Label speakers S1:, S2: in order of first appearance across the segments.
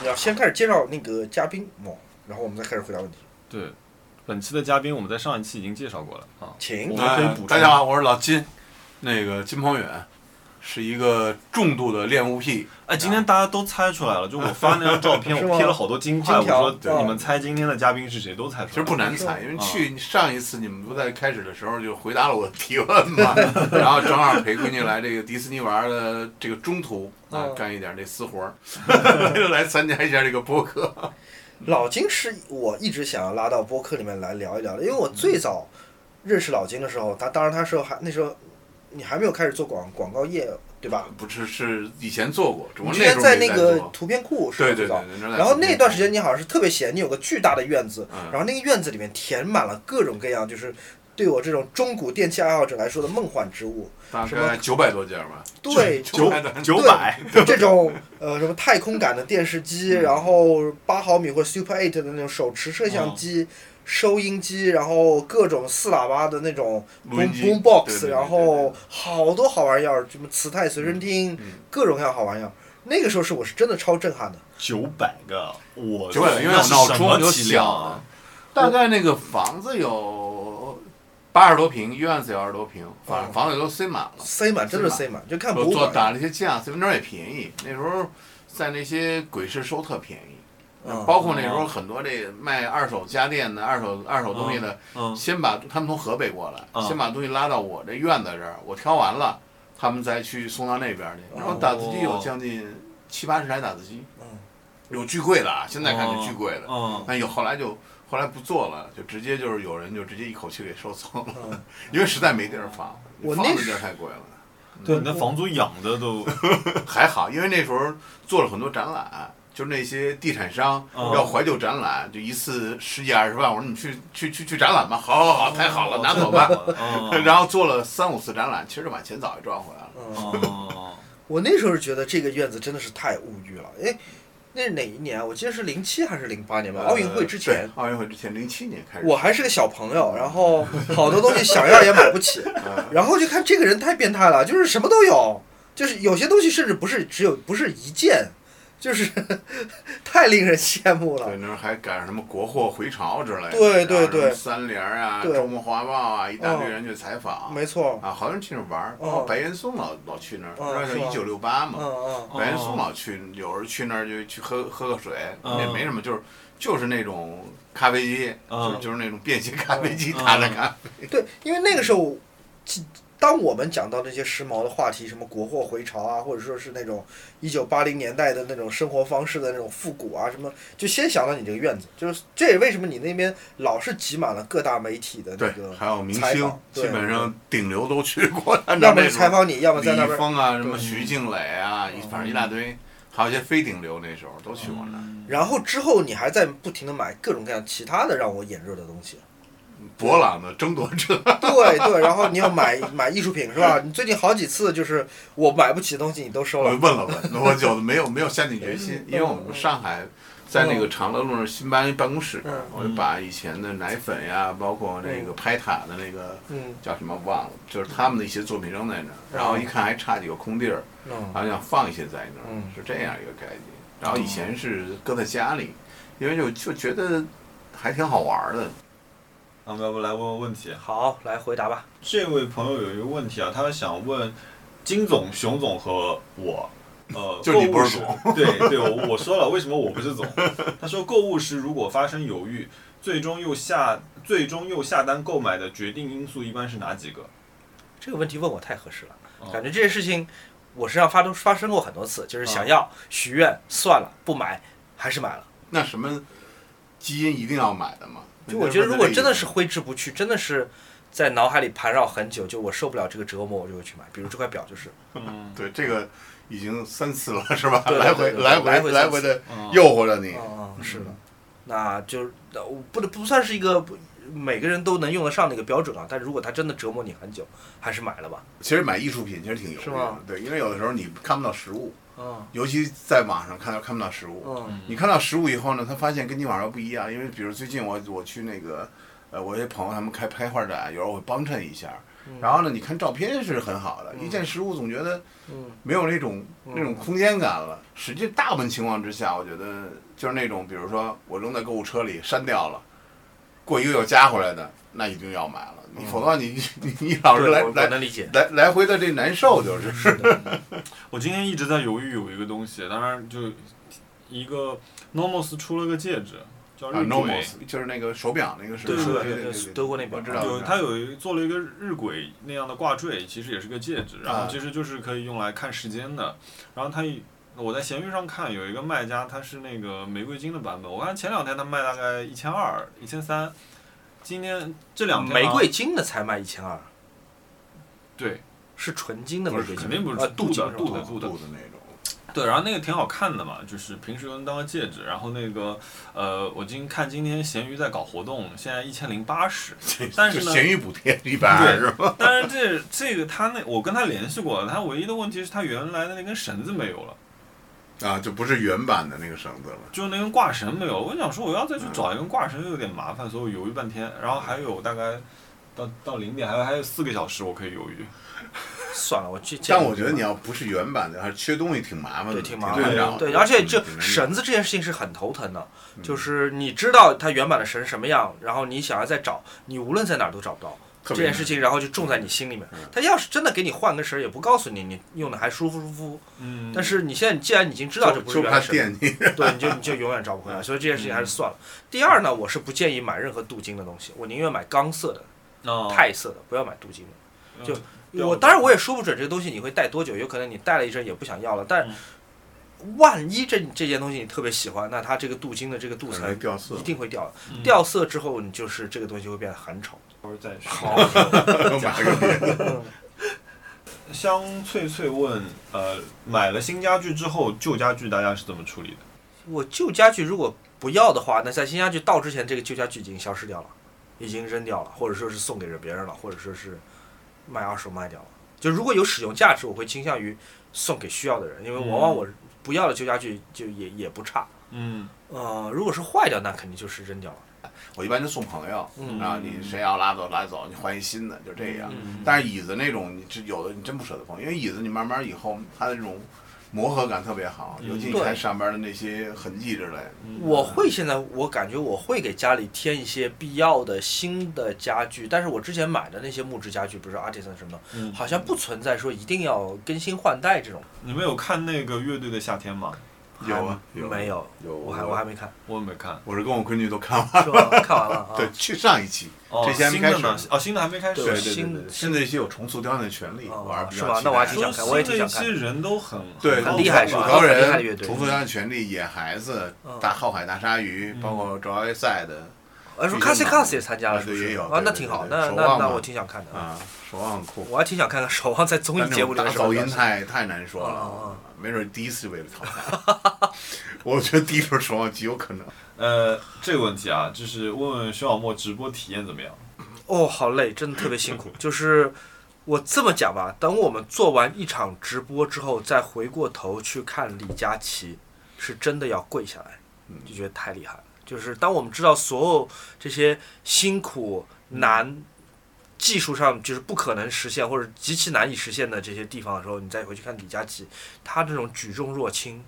S1: 你要先开始介绍那个嘉宾哦，然后我们再开始回答问题。
S2: 对，本期的嘉宾我们在上一期已经介绍过了啊，
S1: 请
S2: 我们可以
S3: 哎
S2: 补充。
S3: 大家好，我是老金，那个金鹏远，是一个重度的恋物癖。
S2: 哎，今天大家都猜出来了，就我发那张照片，
S1: 是吗
S2: 我贴了好多金块，
S1: 金
S2: 我
S1: 条
S2: 说
S1: 对
S2: 你们猜今天的嘉宾是谁，都猜出来了。
S3: 其实不难猜，因为去上一次你们不在开始的时候就回答了我的提问嘛， 然后正好陪闺女来这个迪士尼玩的这个中途啊
S1: 嗯，
S3: 干一点这私活儿， 就来参加一下这个播客。
S1: 老金是我一直想要拉到播客里面来聊一聊的，因为我最早认识老金的时候，他当然他时候还那时候你还没有开始做广广告业对吧？
S3: 不是，是以前做过，只不
S1: 你之
S3: 过那嗯时
S1: 前
S3: 候
S1: 在
S3: 没
S1: 那个
S3: 做
S1: 图片库是吧
S3: 对对
S1: 最早
S3: 对，那时候在
S1: 然后
S3: 做
S1: 那段时间你好像是特别闲，你有个巨大的院子，
S3: 嗯
S1: 然后那个院子里面填满了各种各样，就是对我这种中古电器爱好者来说的梦幻之物。
S3: 大
S1: 什么
S3: 概九百多件吧，
S1: 对，
S2: 九
S3: 900多
S2: 九百，
S1: 这种呃什么太空感的电视机，
S3: 嗯
S1: 然后八毫米或 Super Eight 的那种手持摄像机、
S3: 哦
S1: 收音机，然后各种四喇叭的那种
S3: 录
S1: boom
S3: 音机
S1: boom box，
S3: 对对对对
S1: 然后好多好玩意儿，什么磁带随身听，
S3: 嗯
S1: 各种各样好玩意儿。那个时候是我是真的超震撼的，
S2: 九百个，我
S3: 九百个因为
S2: 那
S3: 有
S2: 是
S3: 闹
S2: 什
S3: 钟
S2: 么
S3: 有
S2: 体
S3: 响
S2: 量啊？
S3: 大概那个房子有八十多平，院子有二十多平，
S2: 哦
S3: 反正房子都塞满了。
S1: 塞满真的
S3: 塞
S1: 塞满，就看博
S3: 我
S1: 物
S3: 做
S1: 馆。
S3: 打了一些架，随便那儿也便宜。那时候在那些鬼市收特便宜，
S1: 嗯
S3: 包括那时
S2: 哦
S3: 候很多这卖二手家电的、二手二手东西的，
S2: 嗯，
S3: 先把他们从河北过来，
S2: 嗯
S3: 先把东西拉到我这院子这儿，我挑完了，他们再去送到那边去。然后打字机
S2: 哦
S3: 有将近七八十台打字机，
S1: 嗯
S3: 有巨贵的啊，现在看
S2: 哦
S3: 是巨贵的，
S2: 嗯，
S3: 但有后来就。后来不做了，就直接就是有人就直接一口气给收走了，
S1: 嗯，哦
S3: 因为实在没地儿放，
S1: 我
S3: 放
S1: 那
S3: 的地儿
S1: 时
S3: 太贵了。
S2: 对，你的房租养的都
S3: 还好，因为那时候做了很多展览，就是那些地产商
S2: 哦
S3: 要怀旧展览，就一次十几二十万，我说你们去去去去展览吧，好好好，太好了，拿走吧。
S2: 嗯
S3: 然后做了三五次展览，其实就把钱早就赚回来了。
S1: 嗯，
S2: 嗯
S1: 我那时候是觉得这个院子真的是太物欲了。哎，那是哪一年啊？我记得是零七还是零八年吧？嗯奥运会之前
S3: 呃，对奥运会之前零七年开始，
S1: 我还是个小朋友，然后好多东西想要也买不 起，
S3: 啊
S1: 然后就看这个人太变态了，就是什么都有，就是有些东西甚至不是只有不是一件，就是 太令人羡慕了
S3: 对。那时候还赶上什么国货回潮之类的，
S1: 对对
S3: 然后什么
S1: 对
S3: 三联啊，
S1: 对哦
S3: 周末画报啊，一大堆人去采访，
S1: 没错，
S3: 啊，好多人去那玩儿，
S1: 哦
S3: 包括白岩松老老去那儿，
S1: 哦
S3: 那
S1: 是吧
S3: 一九六八嘛，
S1: 嗯嗯，
S3: 白岩松老去，有时候去那儿就去喝喝个水，
S2: 嗯
S1: 哦
S3: 也没什么，就是就是那种咖啡机，
S1: 哦
S2: 嗯
S3: 就是就是那种便携咖啡机打着咖啡，
S1: 对，因为那个时候，其当我们讲到那些时髦的话题，什么国货回潮啊，或者说是那种一九八零年代的那种生活方式的那种复古啊，什么，就先想到你这个院子，就是这也为什么你那边老是挤满了各大媒体的那
S3: 对
S1: 个，。
S3: 还有明
S1: 采
S3: 星
S1: 访，
S3: 基
S1: 对
S3: 本上顶流都去过，按
S1: 要
S3: 照
S1: 么
S3: 那
S1: 是采
S3: 种
S1: 访你，要么在那
S3: 李易
S1: 边。
S3: 峰啊，什么
S1: 对嗯
S3: 徐静蕾啊，一反正一大堆，还有一些非顶流那时候都去过那儿。
S1: 然后之后你还在不停的买各种各样其他的让我眼热的东西，
S3: 博朗的争夺者，
S1: 对对，然后你要买买艺术品是吧？你最近好几次就是我买不起的东西你都收
S3: 我
S1: 了
S3: 问，了问， 我就没有没有下定决心，因为我们上海在那个长乐路那儿新搬一办公室
S1: 嗯，
S3: 我就把以前的奶粉呀，包括那个拍塔的那个
S1: 嗯
S3: 叫什么忘了，就是他们的一些作品扔在那儿，然后一看还差几个空地儿，
S1: 嗯
S3: 好想放一些在那
S1: 嗯
S3: 儿，是这样一个概念。然后以前是搁在家里，因为就就觉得还挺好玩儿的。
S2: 我们要不来问问问题？
S1: 好，来回答吧。
S2: 这位朋友有一个问题啊，他想问金总、熊总和我，呃，
S3: 就是你
S2: 购物
S3: 不是
S2: 时，对对，我我说了，为什么我不是总？他说，购物时如果发生犹豫，最终又下最终又下单购买的决定因素一般是哪几个？
S1: 这个问题问我太合适了，
S2: 哦
S1: 感觉这些事情我身上发生发生过很多次，就是
S3: 哦
S1: 想要许愿算了不买，还是买了。
S3: 那什么基因一定要买的吗？
S1: 就我觉得如果真的是
S3: 那
S1: 挥之不去，真的是在脑海里盘绕很久，就我受不了这个折磨，我就会去买。比如这块表就是，
S2: 嗯
S3: 对这个已经三次了是吧？
S1: 对对对
S3: 来回
S1: 对
S3: 来回
S1: 来回三
S3: 来
S1: 次
S3: 回的
S2: 嗯
S3: 诱惑着你。
S1: 嗯，是的，那就是呃我不能不算是一个不每个人都能用得上的一个标准啊。但如果他真的折磨你很久，还是买了吧。
S3: 其实买艺术品其实挺犹豫
S1: 是
S3: 的
S1: 吗，
S3: 对，因为有的时候你看不到实物，
S1: 嗯
S3: 尤其在网上看到看不到实物。
S1: 嗯
S3: 你看到实物以后呢，他发现跟你网上不一样，因为比如最近我我去那个，呃，我有些朋友他们开拍画展，有时候我会帮衬一下，
S4: 嗯
S3: 然后呢，你看照片是很好的，一见实物总觉得
S4: 嗯
S3: 没有那种
S4: 嗯
S3: 那种空间感了。实际大部分情况之下，我觉得就是那种，比如说我扔在购物车里删掉了，过一个月我加回来的，那一定要买了。你否则你 你你老
S1: 嗯
S3: 是
S1: 对
S3: 来
S1: 我我嗯
S3: 来
S1: 能理解。
S3: 来来回的这难受就是。
S4: 是的，
S2: 我今天一直在犹豫有一个东西，当然就一个 Nomos 出了个戒指，叫
S3: 啊
S2: 日晷。
S3: ，nomos 就是那个手表那个是吧？
S2: 对对对
S3: 对
S1: 对
S3: 对，
S1: 德国那表
S3: 我知道，
S2: 有
S3: 我知道
S2: 它有一做了一个日晷那样的挂坠，其实也是个戒指，然后其实就是可以用来看时间的。然后它一我在闲鱼上看有一个卖家，他是那个玫瑰金的版本，我看前两天他卖大概一千二、一千三，今天这两天
S1: 嗯
S3: 啊
S1: 玫
S2: 好像
S1: 瑰金的才卖一千二，
S2: 对
S1: 是纯金的玫瑰金，
S2: 肯定不是
S1: 啊，镀
S2: 镀
S1: 金
S2: 的
S1: 是吧
S2: 镀的
S3: 肚
S2: 镀
S3: 子
S2: 的
S3: 那种，
S2: 对，然后那个挺好看的嘛，就是平时用当个戒指。然后那个呃，我今看今天闲鱼在搞活动，现在一千零八十，但是
S3: 就
S2: 呢
S3: 闲鱼补贴一百二是吧？
S2: 当然这这个他那我跟他联系过，他唯一的问题是他原来的那根绳子没有了。
S3: 啊，就不是原版的那个绳子了。
S2: 就那根挂绳没有，我想说我要
S1: 嗯
S2: 再去找一根挂绳有点麻烦，所以我犹豫半天。然后还有大概到到零点，还有还有四个小时我可以犹豫。
S1: 算了，我去。
S3: 但我觉得你要不是原版的，还是缺东西挺麻烦的，
S1: 对
S3: 挺
S1: 挺麻烦
S3: 难
S2: 的
S3: 找
S1: 对，
S3: 的
S1: 而且就
S3: 挺难找
S1: 绳子这件事情是很头疼的，
S3: 嗯
S1: 就是你知道它原版的绳什么样，然后你想要再找，你无论在哪儿都找不到
S3: 特
S1: 这
S3: 别
S1: 件事情，然后就种在你心里面
S3: 嗯。
S1: 他要是真的给你换根绳儿，也不告诉你，你用的还舒服舒服。
S2: 嗯，
S1: 但是你现在你既然已经知
S3: 难
S1: 道
S3: 找
S1: 这不是
S3: 就
S1: 原
S3: 怕
S1: 来绳，
S3: 惦记。
S1: 对，你就你就永远找不回来，所以这件事情还是算了。第二呢，我是不建议买任何镀金的东西，我宁愿买钢色的、
S2: 哦
S1: 钛色的，不要买镀金的。就
S2: 标
S1: 我
S2: 准
S1: 当然我也说不准这个东西你会戴多久，有可能你戴了一阵也不想要了。但
S2: 嗯
S1: 万一这这件东西你特别喜欢，那它这个镀金的这个镀
S3: 可能
S1: 层
S3: 掉色
S1: 一，定会掉的。
S2: 嗯
S1: 掉色之后，你就是这个东西会变得很丑。
S2: 都是在
S1: 好，
S3: 买个别的。
S2: 香翠翠问，呃，买了新家具之后，旧家具大家是怎么处理的？
S1: 我旧家具如果不要的话，那在新家具到之前，这个旧家具已经消失掉了，已经扔掉了，或者说是送给了别人了，或者说是卖二手卖掉了。就如果有使用价值，我会倾向于送给需要的人，因为往往
S2: 嗯
S1: 我不要的旧家具就也也不差。
S2: 嗯，
S1: 呃，如果是坏掉，那肯定就是扔掉了。
S3: 我一般就送朋友，
S1: 嗯
S3: 然后你谁要拉走拉走，你换一新的，就这样。
S2: 嗯
S3: 但是椅子那种，你这有的你真不舍得碰，因为椅子你慢慢以后它的那种磨合感特别好，
S2: 嗯
S3: 尤其你
S1: 对
S3: 看上边的那些痕迹之类的。
S1: 我会现在，我感觉我会给家里添一些必要的新的家具，但是我之前买的那些木质家具，比如说 artisan 什么的，
S2: 嗯，
S1: 好像不存在说一定要更新换代这种。
S2: 你们有看那个乐队的夏天吗？
S3: 有啊，
S1: 还
S3: 有啊
S1: 没有？
S3: 有
S1: 我还我还没 看，
S2: 我也没看。
S3: 我是跟我闺女都看完，
S1: 是吧？看完了啊。
S3: 对，去上一期，
S2: 哦，
S3: 这些还没
S2: 新
S3: 开
S2: 的
S3: 始
S2: 呢？哦，新的还没开始。
S1: 对
S3: 对
S1: 新
S3: 对，甚至一些有重塑雕像的权利，
S1: 哦
S3: 我还比较
S1: 是吗
S3: 期
S1: 那我还
S3: 待
S1: 挺想看
S2: 说
S1: 我也挺想
S2: 新的一期人都很
S3: 对，
S1: 很厉害是吧
S3: 五条
S1: 很厉害的乐
S3: 人、
S1: 队
S3: 重塑雕像权利、野孩子、
S1: 嗯
S3: 大浩海大鲨鱼，
S2: 嗯
S3: 包括卓越赛的
S1: 呃，说
S3: 巨
S1: c a s
S3: 星嘛
S1: c a s 也参加了，
S3: 啊
S1: 是不
S3: 对
S1: 是？
S3: 也有
S1: 啊，
S3: 对
S1: 那
S3: 对
S1: 挺
S3: 对
S1: 好，
S3: 对
S1: 那
S3: 守
S1: 那
S3: 望
S1: 那
S3: 嘛
S1: 我挺想看的。
S3: 啊，守望很酷。
S1: 我还挺想看看《守望》在综艺
S3: 但那
S1: 节目
S3: 种
S1: 里
S3: 大
S1: 面
S3: 噪音
S1: 什么表
S3: 太太难说了，
S1: 嗯嗯
S3: 没准第一次就被淘汰。 我觉得第一轮守望极有可能。
S2: 呃，这个问题啊，就是问问徐小沫直播体验怎么样？
S1: 现哦，好累，真的特别辛苦。就是我这么讲吧，等我们做完一场直播之后，再回过头去看李佳琦，是真的要跪下来，就觉得太厉害了。就是当我们知道所有这些辛苦难。技术上就是不可能实现或者极其难以实现的这些地方的时候，你再回去看李佳琦，他这种举重若轻，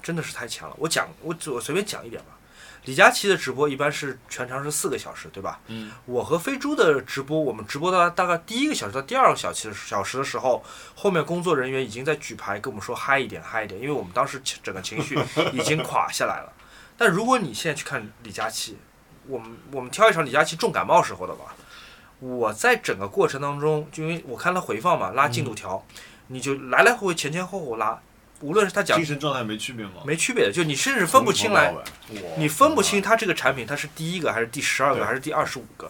S1: 真的是太强了。我讲，我我随便讲一点吧。李佳琦的直播一般是全长是四个小时，对吧？
S2: 嗯，
S1: 我和飞猪的直播，我们直播到大概第一个小时到第二个小时小时的时候，后面工作人员已经在举牌跟我们说嗨一点，嗨一点，因为我们当时情整个情绪已经垮下来了。但如果你现在去看李佳琦，我们我们挑一场李佳琦重感冒时候的吧，我在整个过程当中，就因为我看他回放嘛，拉进度条，你就来来回回前前后后拉，无论是他讲
S2: 精神状态没区别吗？
S1: 没区别的，就你甚至分不清来
S3: 从头到尾，
S1: 你分不清它这个产品它是第一个还是第十二
S3: 对
S1: 个还是第二十五个，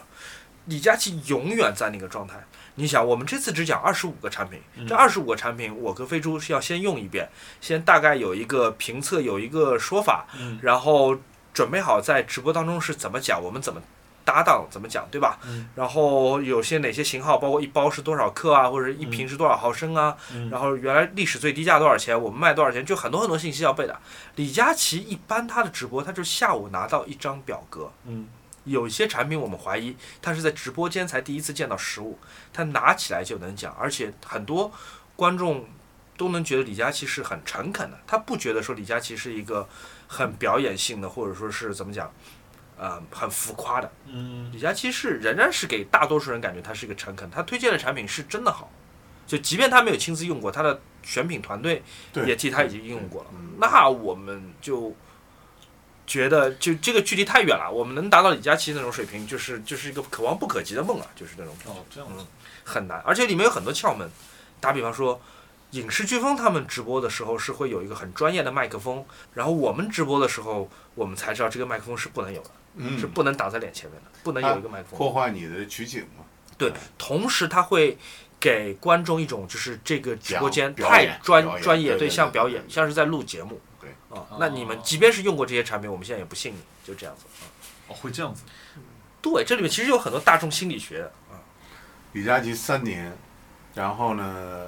S1: 李佳琦永远在那个状态。你想，我们这次只讲二十五个产品，
S3: 嗯
S1: 这二十五个产品，我跟飞猪是要先用一遍，先大概有一个评测，有一个说法，
S2: 嗯
S1: 然后准备好在直播当中是怎么讲，我们怎么搭档，怎么讲，对吧？
S2: 嗯
S1: 然后有些哪些型号，包括一包是多少克啊，或者一瓶是多少毫升啊，
S2: 嗯
S1: 然后原来历史最低价多少钱，我们卖多少钱，就很多很多信息要背的。李佳琦一般他的直播，他就下午拿到一张表格，
S2: 嗯
S1: 有一些产品我们怀疑他是在直播间才第一次见到实物，他拿起来就能讲，而且很多观众都能觉得李佳琦是很诚恳的，他不觉得说李佳琦是一个很表演性的，或者说是怎么讲，呃，很浮夸的。
S2: 嗯，
S1: 李佳琦是仍然是给大多数人感觉他是一个诚恳，他推荐的产品是真的好，就即便他没有亲自用过，他的选品团队
S3: 对
S1: 也替他已经应用过了
S3: 嗯。
S1: 那我们就觉得就这个距离太远了，我们能达到李佳琦那种水平，就是就是一个可望不可及的梦了，啊就是那种
S2: 哦，这
S1: 嗯
S2: 样子，
S1: 很难，而且里面有很多窍门。打比方说，影视飓风他们直播的时候是会有一个很专业的麦克风，然后我们直播的时候，我们才知道这个麦克风是不能有的，
S3: 嗯
S1: 是不能挡在脸前面的，不能有一个麦克风。
S3: 破坏你的取景嘛，
S1: 对，同时他会给观众一种就是这个直播间
S3: 讲表
S1: 太
S3: 演表
S1: 专
S3: 演
S1: 专业，
S3: 对对
S1: 像
S3: 对
S1: 表
S3: 对
S1: 演，
S3: 对
S1: 像是在录节目。
S3: 对
S1: 啊
S2: 哦，
S1: 那你们即便是用过这些产品，我们现在也不信你，就这样子。啊
S2: 哦，会这样子，
S1: 对，这里面其实有很多大众心理学。
S3: 李佳琦三年，然后呢，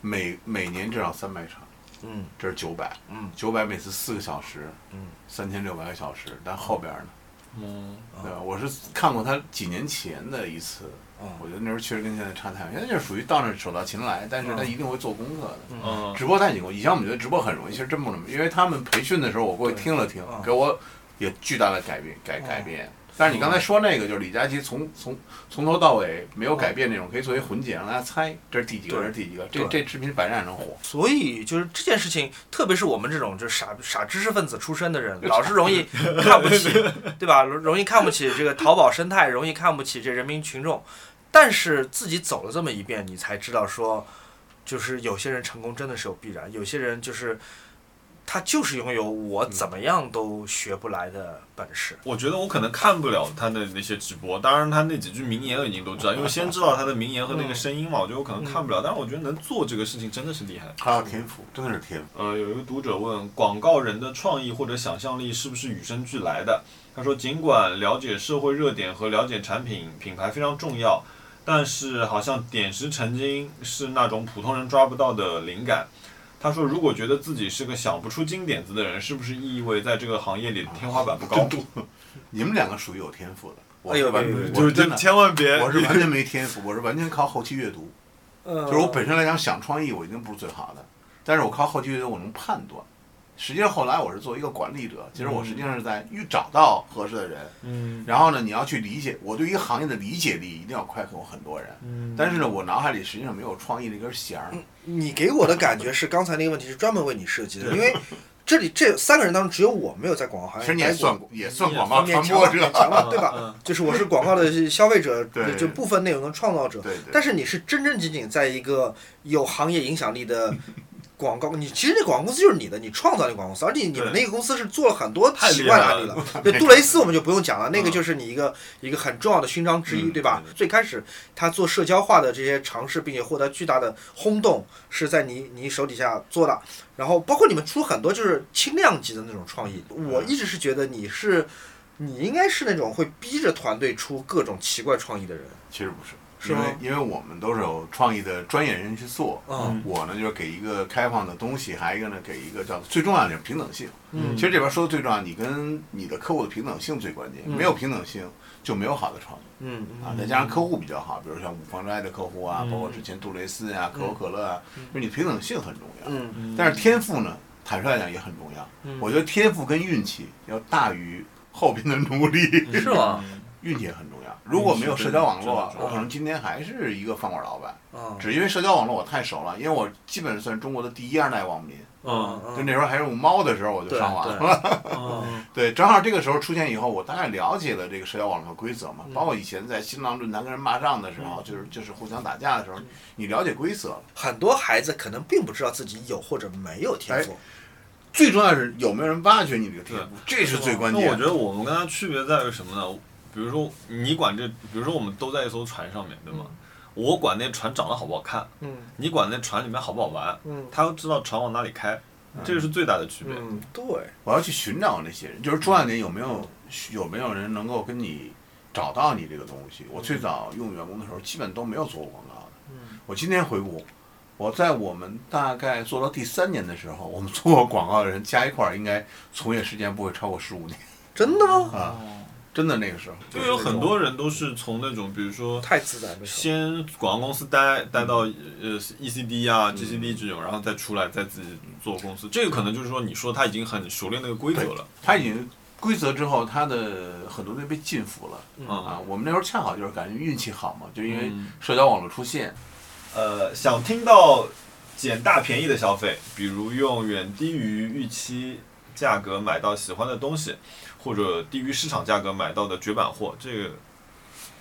S3: 每每年至少三百场，
S1: 嗯
S3: 这是九百，
S1: 嗯
S3: 九百每次四个小时，
S1: 嗯，
S3: 三千六百个小时，但后边呢，
S2: 嗯，
S3: 对吧？我是看过他几年前的一次，
S1: 嗯
S3: 我觉得那时候确实跟现在差太远，因为那是属于到那儿手到擒来，但是他
S1: 嗯
S3: 一定会做功课的。
S1: 啊
S2: 嗯，
S3: 直播他已经过，以前我们觉得直播很容易，其实真不容易，因为他们培训的时候我过去
S1: 对
S3: 听了听
S1: 嗯，
S3: 给我也巨大的改变改
S1: 嗯
S3: 改变。但是你刚才说那个，就是李佳琦从从从头到尾没有改变那种，可以作为混剪让大家猜这是第几个，
S1: 对
S3: 这是第几个，这
S1: 对
S3: 这视频摆烂能火，
S1: 所以就是这件事情，特别是我们这种就是傻傻知识分子出身 的人，
S3: 对
S1: 老是容易看不起，对吧？容容易看不起这个淘宝生态，容易看不起这人民群众。但是自己走了这么一遍，你才知道说，就是有些人成功真的是有必然，有些人就是他就是拥有我怎么样都学不来的本事。
S2: 我觉得我可能看不了他的那些直播，当然他那几句名言我已经都知道，因为先知道他的名言和
S1: 嗯
S2: 那个声音嘛，我觉得我可能看不了，但是我觉得能做这个事情真的是厉害。
S3: 还有天赋，真的是天赋。
S2: 呃，有一个读者问，广告人的创意或者想象力是不是与生俱来的？他说，尽管了解社会热点和了解产品品牌非常重要，但是好像点石成金是那种普通人抓不到的灵感。他说，如果觉得自己是个想不出金点子的人，是不是意味在这个行业里的天花板不高？
S3: 你们两个属于有天赋的，我
S1: 哎呦
S3: 是完
S1: 哎呦哎呦
S3: 我是真
S2: 就
S3: 的，
S2: 千万别，
S3: 我 是完全没天赋，我是完全靠后期阅读。
S1: 呃
S3: 就是我本身来讲想创意，我一定不是最好的，但是我靠后期我能判断。实际上后来我是作为一个管理者，其实我实际上是在遇找到合适的人，
S2: 嗯
S3: 然后呢，你要去理解，我对一个行业的理解力一定要快过很多人。
S2: 嗯，
S3: 但是呢，我脑海里实际上没有创意的一根弦儿，
S4: 你给我的感觉是，刚才那个问题是专门为你设计的，因 为这里这三个人当中只有我没有在广告行
S3: 其
S4: 业
S3: 哎实你
S4: 待
S3: 也
S4: 过
S3: 算也算广告
S4: 勉
S3: 啊传
S4: 强
S3: 播者
S4: 勉，强吧，对吧？
S2: 嗯
S4: 就是我是广告的消费者，
S3: 对
S4: 就部分内容的创造者
S3: 对。对。
S4: 但是你是真正经经在一个有行业影响力的广告，你其实那广告公司就是你的，你创造那广告公司，而且你们
S2: 对
S4: 那个公司是做了很多
S2: 嗯太
S4: 奇
S2: 厉
S4: 怪的
S2: 害
S4: 案例
S2: 了
S4: 了。对杜蕾斯我们就不用讲了，那个
S2: 嗯
S4: 就是你一个一个很重要的勋章之一，
S3: 嗯
S4: 对吧
S2: 对？
S4: 最开始他做社交化的这些尝试，并且获得巨大的轰动，是在你你手底下做的。然后包括你们出很多就是轻量级的那种创意，
S2: 嗯
S4: 我一直是觉得你是你应该是那种会逼着团队出各种奇怪创意的人。
S3: 其实不是，
S4: 是
S3: 因
S4: 吗
S3: 为因为我们都是有创意的专业人去做。
S4: 嗯
S3: 我呢就是给一个开放的东西，还有一个呢给一个叫最重要的就是平等性。
S2: 嗯
S3: 其实这边说的最重要，你跟你的客户的平等性最关键，
S4: 嗯
S3: 没有平等性就没有好的创意
S4: 嗯嗯
S3: 啊。再加上客户比较好，比如像五芳斋的客户啊，
S2: 嗯
S3: 包括之前杜蕾斯呀、可口可乐啊，就是你平等性很重要。
S4: 嗯
S2: 嗯
S3: 但是天赋呢，坦率来讲也很重要。
S1: 嗯
S3: 我觉得天赋跟运气要大于后边的努力，
S1: 嗯是吗？
S2: 嗯
S3: 运气也很重要。如果没有社交网络，
S2: 真的
S3: 我可能今天还是一个饭馆老板，
S1: 嗯
S3: 只因为社交网络我太熟了，因为我基本上算中国的第一二代网民。
S2: 嗯
S3: 就那时候还用猫的时候，我就
S1: 哦对
S3: 上网了。
S1: 对，哦
S2: 嗯
S3: 对，正好这个时候出现以后，我大概了解了这个社交网络的规则嘛，
S1: 嗯
S3: 包括以前在新浪论坛跟人骂仗的时候，就是就是互相打架的时候，你了解规则了。
S4: 很多孩子可能并不知道自己有或者没有天赋。
S3: 最重要是有没有人挖掘你这个天赋，这是最关键
S2: 那我
S3: 的。
S2: 觉得我们跟他区别在于什么呢？比如说你管这，比如说我们都在一艘船上面，对吗？我管那船长得好不好看，
S4: 嗯
S2: 你管那船里面好不好玩，
S4: 嗯
S2: 他知道船往哪里开，这个是最大的区别。
S4: 嗯，对，
S3: 我要去寻找那些人，就是重要点有没有有没有人能够跟你找到你这个东西。我最早用员工的时候，基本都没有做过广告的。
S4: 嗯
S3: 我今天回顾，我在我们大概做到第三年的时候，我们做过广告的人加一块儿，应该从业时间不会超过十五年。
S4: 真的吗？
S3: 啊，真的那个时候，
S2: 就有很多人都是从那种比如说
S4: 太自然了。，
S2: 先广告公司待待到呃 ECD 啊
S3: 嗯
S2: GCD 这种，然后再出来再自己做公司，这个可能就是说你说他已经很熟练那个规则了，
S3: 他已经规则之后，他的很多东西被禁服了
S2: 嗯
S3: 啊。我们那时候恰好就是感觉运气好嘛，就因为社交网络出现，
S2: 呃，想听到捡大便宜的消费，比如用远低于预期价格买到喜欢的东西，或者低于市场价格买到的绝版货，这个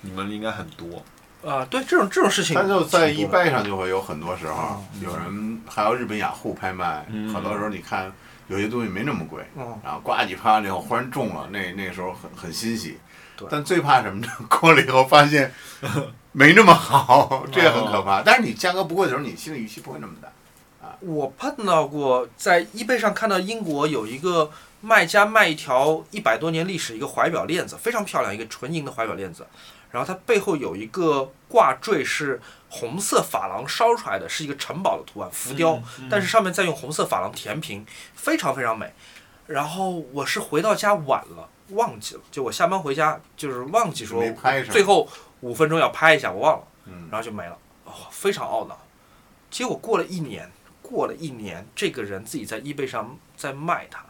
S2: 你们应该很多。
S1: 啊，对这种这种事情，
S3: 他就在
S1: 挺多的
S3: eBay 上就会有很多时候，有人还有日本雅虎拍卖，
S2: 嗯
S3: 很多时候你看有些东西没那么贵，
S1: 嗯
S3: 然后呱几啪，然后忽然中了，那那时候很很欣喜
S1: 对。
S3: 但最怕什么呢？过了以后发 现没那么好，这也很可怕。但是你价格不贵的时候，你心里预期不会那么大。
S1: 我碰到过在 eBay 上看到英国有一个卖家卖一条一百多年历史一个怀表链子，非常漂亮，一个纯银的怀表链子，然后它背后有一个挂坠是红色珐琅烧出来的，是一个城堡的图案浮雕，但
S2: 嗯
S1: 是上面再用红色珐琅填平，非常非常美。然后我是回到家晚了，忘记了，就我下班回家就是忘记说
S3: 没拍上
S1: 最后五分钟要拍一下，我忘了，
S3: 嗯
S1: 然后就没了，哦，非常懊恼。结果过了一年，过了一年，这个人自己在 eBay 上在卖它，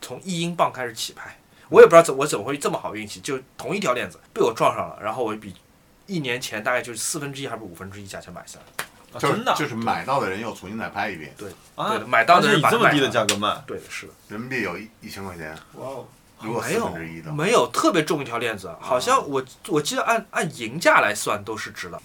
S1: 从一英镑开始起拍，我也不知道怎我怎么会这么好运气，就同一条链子被我撞上了，然后我比一年前大概就是四分之一还是五分之一价钱买下来，
S2: 啊
S3: 就是
S2: 真的啊
S3: 就是买到的人又重新再拍一遍，
S2: 啊
S1: 对的买到的
S2: 而且
S1: 人
S2: 以
S1: 把它
S2: 这么
S1: 卖
S2: 低的
S1: 了
S2: 价格卖，
S1: 对的，是的。
S3: 人民币有一一千块钱，
S2: 哇哦，
S3: 如果
S1: 没
S3: 四
S1: 有
S3: 分之一的话，
S1: 没有特别重一条链
S3: 嗯
S1: 子，好像我我记得按按银价来算都是值的，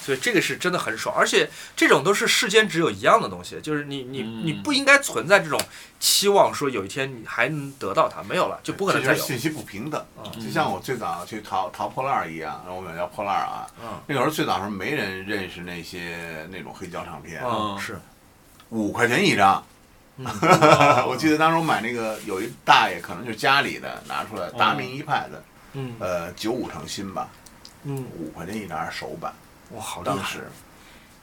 S1: 所以这个是真的很爽，而且这种都是世间只有一样的东西，就是你你
S2: 嗯
S1: 你不应该存在这种期望，说有一天你还能得到它，没有了就不可能
S3: 这
S1: 再
S3: 就是
S1: 有。
S3: 信息不平等
S1: 嗯，
S3: 就像我最早去淘淘破烂儿一样，然后我们叫破烂儿啊。
S1: 嗯
S3: 那个时候最早时候没人认识那些那种黑胶唱片，
S1: 嗯，
S2: 嗯
S1: 是，嗯
S3: 五块钱一张。
S1: 哦
S3: 我记得当时我买那个有一大爷，可能就是家里的拿出来
S1: 哦
S3: 达明一派的，
S1: 嗯
S3: 呃，九五成新吧，
S1: 嗯，
S3: 五块钱一张是首版。
S1: 哇，好厉
S3: 当
S1: 害！
S3: 时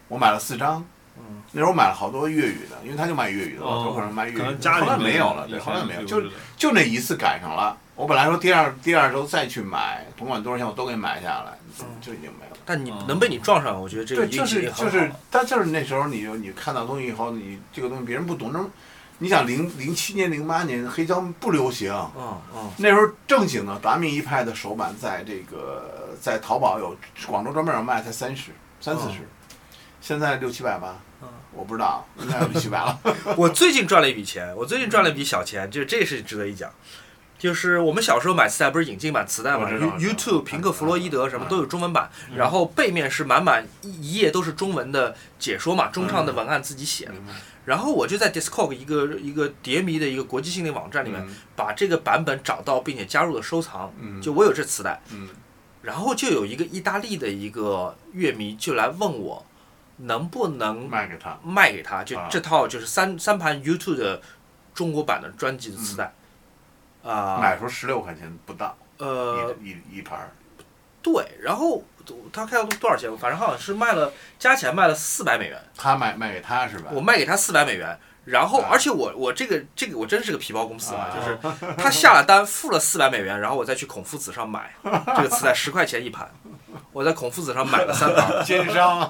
S3: 我买了四张，
S1: 嗯
S3: 那时候我买了好多粤语的，因为他就卖粤语的，
S2: 哦
S3: 老头可能卖粤语
S2: 可
S3: 的
S2: 能，家
S3: 后来
S2: 里
S3: 没有了，对，
S2: 以
S3: 后
S2: 前
S3: 来没有，
S2: 留
S3: 就
S2: 着的
S3: 就那一次赶上了。我本来说第二第二周再去买，甭管多少钱我都给买下来，就已经没有了。
S1: 但你能被你撞上，我觉嗯得这个
S3: 对，就
S1: 运气
S3: 是
S1: 也
S3: 就
S1: 很
S3: 是
S1: 好。，
S3: 但就是那时候你就你看到东西以后，你这个东西别人不懂，那么你想零零七年零八年黑胶不流行，
S1: 嗯嗯
S3: 那时候正经的达明一派的手板在这个在淘宝有广州专门有卖，才三十三四十，现在六七百吧，
S1: 嗯
S3: 我不知道，应该有六七百 了。
S1: 我最近赚了一笔钱，我最近赚了一笔小钱，就这是值得一讲。就是我们小时候买磁带，不是引进版磁带嘛
S3: 我知道我嗯知道
S1: ，YouTube、平克·弗洛伊德什么都有中文版，然后背面是满满一一页都是中文的解说嘛，中
S3: 嗯
S1: 唱的文案自己写的。
S3: 明白
S1: 然后我就在 Discog 一个一个碟迷的一个国际性的网站里面
S3: 嗯，
S1: 把这个版本找到并且加入了收藏。
S3: 嗯
S1: 就我有这磁带，
S3: 嗯，
S1: 然后就有一个意大利的一个乐迷就来问我，能不能
S3: 卖给他，
S1: 卖给他，就
S3: 啊
S1: 这套就是三三盘 YouTube 的中国版的专辑的磁带，啊、
S3: 买时候十六块钱不到，
S1: 呃，
S3: 一一一盘儿，
S1: 对，然后呃他开了多少钱？反正好像是卖了加起来卖了四百美元，
S3: 他卖卖给他是吧？
S1: 我卖给他四百美元。然后，
S3: 啊
S1: 而且我我这个这个我真是个皮包公司啊，
S3: 啊
S1: 就是他下了单付了四百美元，然后我再去孔夫子上 买这个磁带十块钱一盘，我在孔夫子上买了 三盘，
S3: 奸商，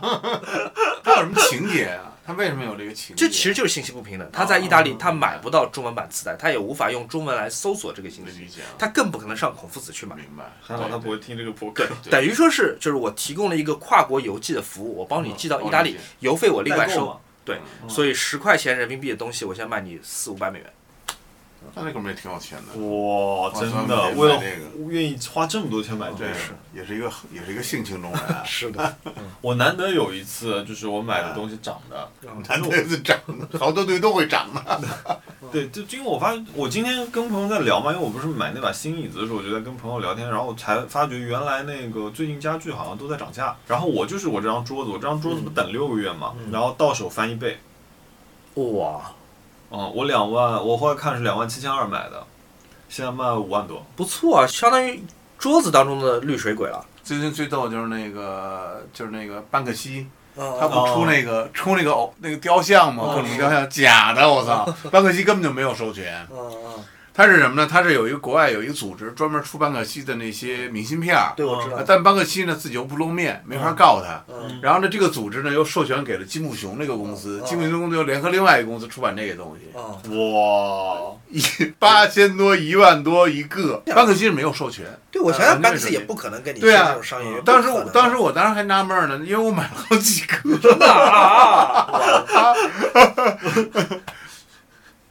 S3: 他有什么情节啊？他为什么有这个情节？
S1: 这其实就是信息不平等。他在意大
S3: 啊
S1: 利他买不到中文版磁带，他也无法用中文来搜索这个信
S3: 能
S1: 息，
S3: 理解啊，
S1: 他更不可能上孔夫子去买。
S3: 明白。
S2: 还好他不会听这个博 客。
S1: 等于说是就是我提供了一个跨国邮寄的服务，我帮你寄到意大
S3: 嗯哦理
S1: 利
S3: 解，
S1: 邮费我另外
S2: 代购
S1: 收
S2: 嘛。
S1: 对，
S2: 嗯
S1: 所以十块钱人民币的东西，我先卖你四五百美元。
S3: 他那哥们儿也挺有钱的，
S2: 哇，真
S3: 专门
S2: 的，
S3: 买
S2: 为了
S3: 这个
S2: 愿意花这么多钱买这
S3: 对
S2: 个，，
S3: 也是一个也是一个性情中人啊
S4: 是的，
S2: 我难得有一次就是我买的东西涨的，
S1: 嗯
S3: 男的是长的，好多队都会长的。
S2: 对，就因为我发现，我今天跟朋友在聊嘛，因为我不是买那把新椅子的时候，我就在跟朋友聊天，然后我才发觉原来那个最近家具好像都在涨价。然后我就是我这张桌子，我这张桌子
S3: 嗯
S2: 不等六个月嘛，然后到手翻一倍，
S1: 哇，
S2: 嗯，我两万，我后来看是两万七千二买的，现在卖五万多。
S1: 不错啊，相当于桌子当中的绿水鬼了。
S3: 最近最逗就是那个就是那个班克西，他
S4: 哦
S1: 嗯，
S3: 不出那个出那个
S4: 哦
S3: 偶那个雕像吗？各种雕像假的，我操！班克西根本就没有授权，
S1: 嗯嗯，
S3: 它是什么呢？它是有一个国外有一个组织专门出班克西的那些明信片儿，呃
S4: 对，我知道。
S3: 但班克西呢自己又不露面，没法告他。
S4: 嗯，
S3: 然后呢，这个组织呢又授权给了金木熊那个公司，
S4: 嗯
S3: 金木熊公司又联合另外一个公司出版这个东西，
S1: 嗯
S4: 哦，
S2: 哇，
S3: 八千多、一万多一个，班克西是没有授权。
S4: 对，我想
S2: 嗯
S4: 想，
S2: 那
S4: 班克
S2: 个是
S4: 斯也不可能跟你
S3: 对啊
S4: 签这种商业约。
S3: 当时
S4: 不
S3: 我
S4: 可能啊
S3: 当时我啊当时还纳闷儿呢，因为我买了好几个， 啊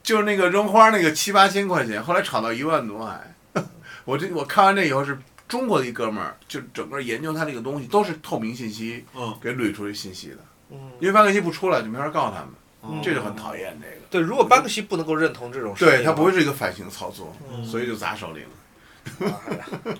S3: 就是那个扔花那个七八千块钱，后来炒到一万多还。 我这我看完这以后是中国的一哥们儿，就整个研究他这个东西都是透明信息
S2: 嗯，
S3: 给捋出去信息的，
S4: 嗯
S3: 因为班克西不出来就没法告诉他们，
S2: 嗯
S3: 这就很讨厌这个。
S4: 对，如果班克西不能够认同这种商业
S3: 对
S4: 的话，
S3: 他不会是一个反向操作，
S4: 嗯
S3: 所以就砸手里了。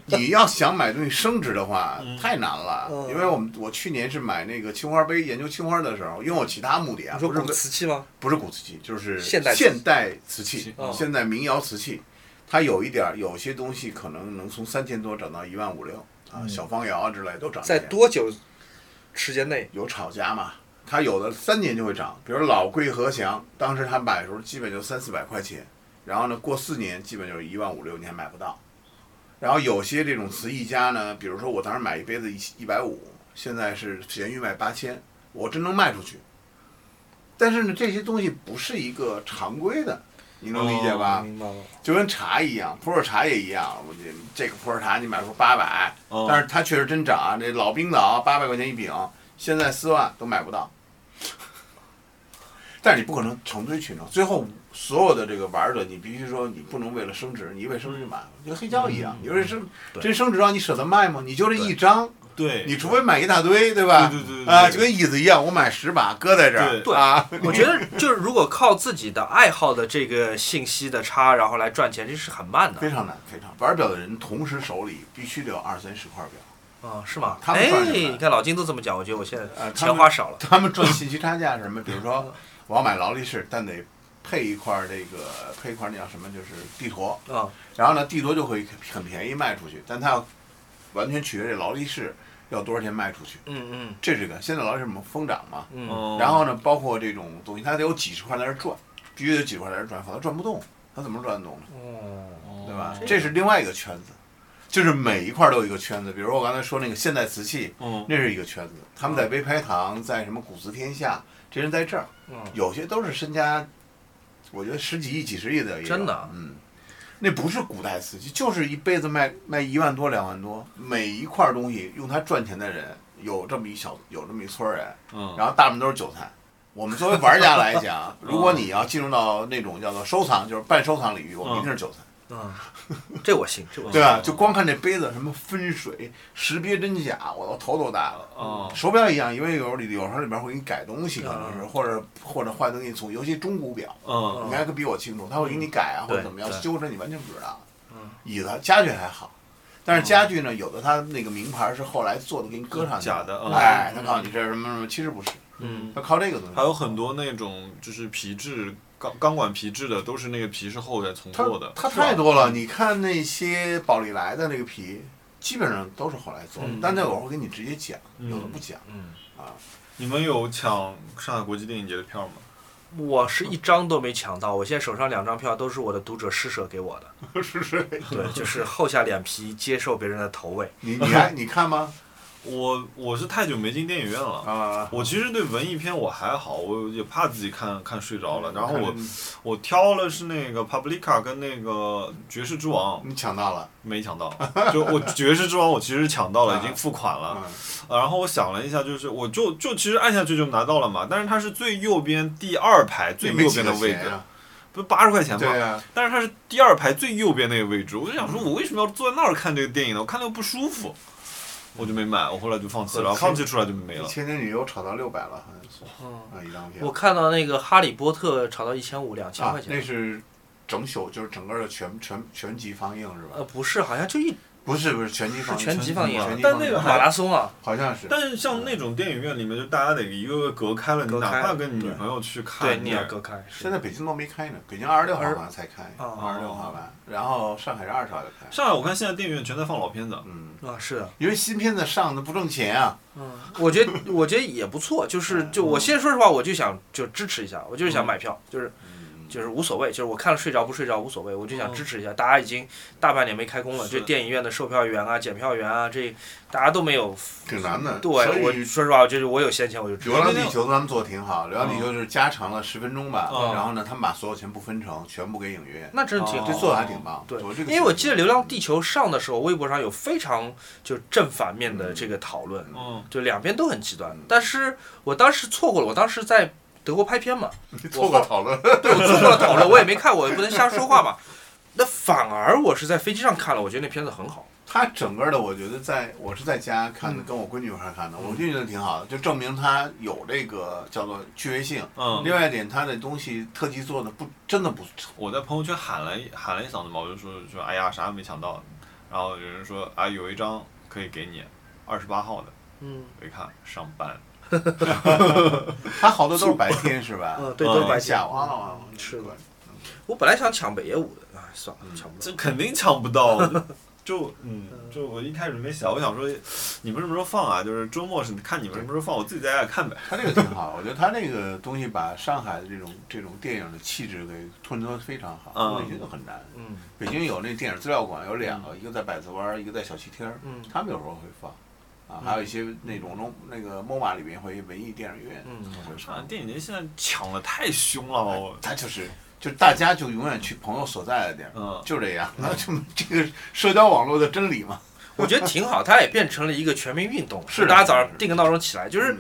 S3: 你要想买东西升值的话，
S2: 嗯
S3: 太难了。
S4: 嗯
S3: 因为我们我去年是买那个青花杯，研究青花的时候，因为我其他目的啊，
S4: 你说
S3: 不是
S4: 古瓷器吗？
S3: 不是古瓷器，就是
S4: 现代瓷器
S3: 现代瓷器
S2: 器，
S4: 哦
S3: 现代民谣瓷器，它有一点儿有些东西可能能从三千多涨到一万五六啊，
S4: 嗯
S3: 小方窑啊之类都涨一
S4: 在
S3: 点。
S4: 多久时间内？
S3: 有炒家嘛，它有的三年就会涨，比如老贵和祥，当时他买的时候基本就三四百块钱，然后呢过四年基本就是一万五六，你还买不到。然后有些这种瓷艺家呢，比如说我当时买一杯子一一百五，现在是闲鱼卖八千，我真能卖出去。但是呢，这些东西不是一个常规的，你能理解
S1: 哦
S3: 吧？
S4: 明白了。
S3: 就跟茶一样，普洱茶也一样。我这这个普洱茶你买出八百，
S2: 嗯
S3: 但是它确实真涨啊！这老冰岛八百块钱一饼，现在四万都买不到。 但是你不可能成堆群众，最后所有的这个玩者，你必须说你不能为了升值，你为升值就买，
S2: 嗯
S3: 跟黑胶一样，你为升
S1: 对
S3: 真升值让你舍得卖吗？你就这一张，
S2: 对，
S3: 你除非买一大堆，对吧？
S2: 对对对对
S3: 啊，
S2: 对
S3: 就跟椅子一样，我买十把搁在这儿，
S2: 对
S3: 啊，
S1: 我觉得就是如果靠自己的爱好的这个信息的差，然后来赚钱，这是很慢的
S3: 非常难，非常玩表的人同时手里必须得有二三十块表。
S1: 啊，是吗？
S3: 他们
S1: 哎，
S3: 赚得慢
S1: 你看老金都这么讲，我觉得我现
S3: 啊
S1: 在
S3: 他
S1: 钱
S3: 们
S1: 花少了。
S3: 他们赚信息差价是什么？比如说，我要买劳力士，但得配一块儿这个配一块儿那叫什么，就是地坨。
S1: 啊，
S3: 然后呢，地坨就会很便宜卖出去，但它要完全取决于这劳力士要多少钱卖出去。
S1: 嗯
S3: 这是一个现在劳力士我们疯涨嘛，
S1: 嗯嗯，
S2: 嗯，
S3: 然后呢，包括这种东西，它得有几十块在这儿赚，必须得有几十块在这儿赚，否则赚不动，它怎么赚得动呢？
S1: 哦，
S2: 哦
S3: 对吧？嗯这是另外一个圈子，就是每一块儿都有一个圈子。比如我刚才说那个现代瓷器，
S2: 嗯，
S3: 那是一个圈子，他们在微拍堂，在什么古瓷天下，这人在这儿，
S1: 嗯
S3: 有些都是身家，我觉得十几亿、几十亿的也有，
S1: 真的
S3: 嗯，那不是古代瓷器，就是一辈子卖卖一万多、两万多，每一块东西用它赚钱的人有这么一小有这么一撮人，
S2: 嗯，
S3: 然后大部分都是韭菜。我们作为玩家来 讲，如果你要进入到那种叫做收藏，就是半收藏领域，我们一定是韭菜。
S1: 嗯，这我信，这我信。
S3: 对啊吧？就光看这杯子什么分水、识别真假，我都头都大了。
S2: 哦
S3: 手表一样，因为有里有时候里边会给你改东
S2: 啊
S3: 西，可能是
S1: 嗯
S3: 或者或者换东西从，尤其中古表，
S2: 嗯
S3: 你还可比我清楚，他会给你改啊，或者怎么样
S1: 对
S3: 修饰，你完全不知道
S1: 嗯。
S3: 椅子家具还好，但是家具呢，有的它那个名牌是后来做的，给你搁上去
S2: 假的嗯
S3: 哎，他告诉你这是什么什么，其实不是，
S1: 嗯，
S3: 他靠这个东西。
S2: 还有很多那种就是皮质钢钢管皮质的，都是那个皮是后再重
S3: 它
S2: 做的，
S3: 它
S2: 是吧嗯
S3: 太多了。你看那些宝丽来的那个皮，基本上都是后来做的
S1: 嗯，
S3: 但那我会跟你直接讲，
S2: 嗯
S3: 有的不讲。
S1: 嗯，
S2: 你们有抢上海国际电影节的票吗？
S1: 我是一张都没抢到，我现在手上两张票都是我的读者施舍给我的。
S3: 是是，
S1: 对，就是厚下脸皮接受别人的投喂。
S3: 你你还你看吗？
S2: 我我是太久没进电影院了。
S3: 啊，
S2: 我其实对文艺片我还好，我也怕自己看看睡着了。然后我
S3: 嗯看
S2: 我挑了是那个 Publica 跟那个爵士之王，
S3: 你抢到了，
S2: 没抢到。就我爵士之王我其实抢到了，
S3: 啊
S2: 已经付款了。
S3: 嗯
S2: 呃然后我想了一下，就是我就就其实按下去就拿到了嘛，但是它是最右边第二排最右边的位
S3: 你没几个
S2: 置
S3: 钱，啊
S2: 不是八十块钱
S3: 对啊
S2: 吗？
S3: 呀，
S2: 但是它是第二排最右边那个位置，我就想说，我为什么要坐在那儿看这个电影呢？我看了又不舒服，我就没买，我后来就放弃了，
S3: 嗯
S2: 放弃出来就没
S3: 《
S2: 了。
S3: 千年女优》炒到六百了，好像是
S1: 嗯，
S3: 啊，一张
S1: 啊
S3: 票
S1: 我看到那个《哈利波特》炒到一千五、两千
S3: 啊
S1: 块，钱。
S3: 那是整宿，就是整个的全全全集放映是
S1: 呃，
S3: 吧？
S1: 不是，好像就一
S3: 不是不是全集放映，
S1: 是全集放映啊
S3: 全集
S2: 但那个
S1: 马拉松啊，
S3: 好像是
S2: 但是像那种电影院里面，就大家得一个个隔开了，你
S1: 隔
S2: 哪
S1: 开
S2: 怕跟你女
S3: 对
S2: 朋友去看，
S1: 对，你也隔开。是
S3: 现在北京都没开呢，北京二十六号好像才开，
S1: 哦
S3: 二十六号吧，然后上海是二十号就开，
S2: 上海我看现在电影院全在放老片子，
S3: 嗯，
S1: 啊，是的，
S3: 因为新片子上的不挣钱啊，
S1: 嗯，我觉得嗯我觉得也不错，就是就我现在说实话，我就想就支持一下，我就是想买票，就是就是无所谓，就是我看了睡着不睡着无所谓，我就想支持一下。大家已经大半年没开工了，
S2: 是
S1: 这电影嗯院的售票员啊、检票员啊，这大家都没有。
S3: 挺难的。
S1: 对，
S3: 所
S1: 我
S3: 以
S1: 说实话，就是我有闲钱我就支
S3: 《
S1: 持
S3: 流。浪地球》咱们做的挺好，《流浪地球》就是加长了十分钟吧，
S1: 哦
S2: 嗯
S3: 然后呢，他们把所有钱不分成，全部给影院，
S1: 那真的挺
S2: 哦
S1: 好
S3: 这
S1: 的。
S3: 做的还挺棒。
S1: 对
S3: 这个
S1: 因为我记得《流浪地球》上的时候，微博上有非常就正反面的这个讨论，
S2: 嗯，
S1: 就两边都很极端
S3: 嗯。
S1: 但是我当时错过了，我当时在德国拍片嘛，
S3: 你错过讨论，
S1: 对我错过了讨论，我也没看，我也不能瞎说话嘛。那反而我是在飞机上看了，我觉得那片子很好。
S3: 他整个的我觉得在我是在家看的，
S1: 嗯
S3: 跟我闺女一块儿看的，我就觉得挺好的，就证明他有这个叫做趣味性。
S2: 嗯
S3: 另外一点，他的东西特技做的不真的不
S2: 我在朋友圈喊了一喊了一嗓子嘛，我就说说哎呀啥也没抢到，然后有人说啊有一张可以给你，二十八号的，
S1: 嗯
S2: 我一看上班，
S3: 他好多都是白天是吧？
S1: 嗯，对，
S2: 嗯
S1: 都是白天嗯
S3: 下午啊，啊啊
S1: 是的我本来想抢北野武的，哎，算了，抢不到。
S2: 这肯定抢不到。 就嗯，就我一开始没想，我想说你们什么时候放啊？就是周末是看你们什么时候放，我自己在家看呗。
S3: 他这个挺好，我觉得他这个东西把上海的这种这种电影的气质给衬托得非常好。
S2: 嗯
S3: 北京就很难，
S1: 嗯
S3: 北京有那电影资料馆有两个，一个在百子湾，一个在小西天儿，
S1: 嗯
S3: 他们有时候会放，啊，
S2: 嗯
S3: 还有一些那种中那个 MOMA 里面会文艺电影院
S1: 嗯
S3: 会
S2: 上海
S3: 放，
S2: 啊电影节现在抢的太凶了，我
S3: 他就是就大家就永远去朋友所在的地儿，
S2: 嗯
S3: 就这样， 那就这个社交网络的真理嘛。
S1: 我觉得挺好，它也变成了一个全民运动，
S3: 是的
S1: 大家早上定个闹钟起来，就是
S3: 嗯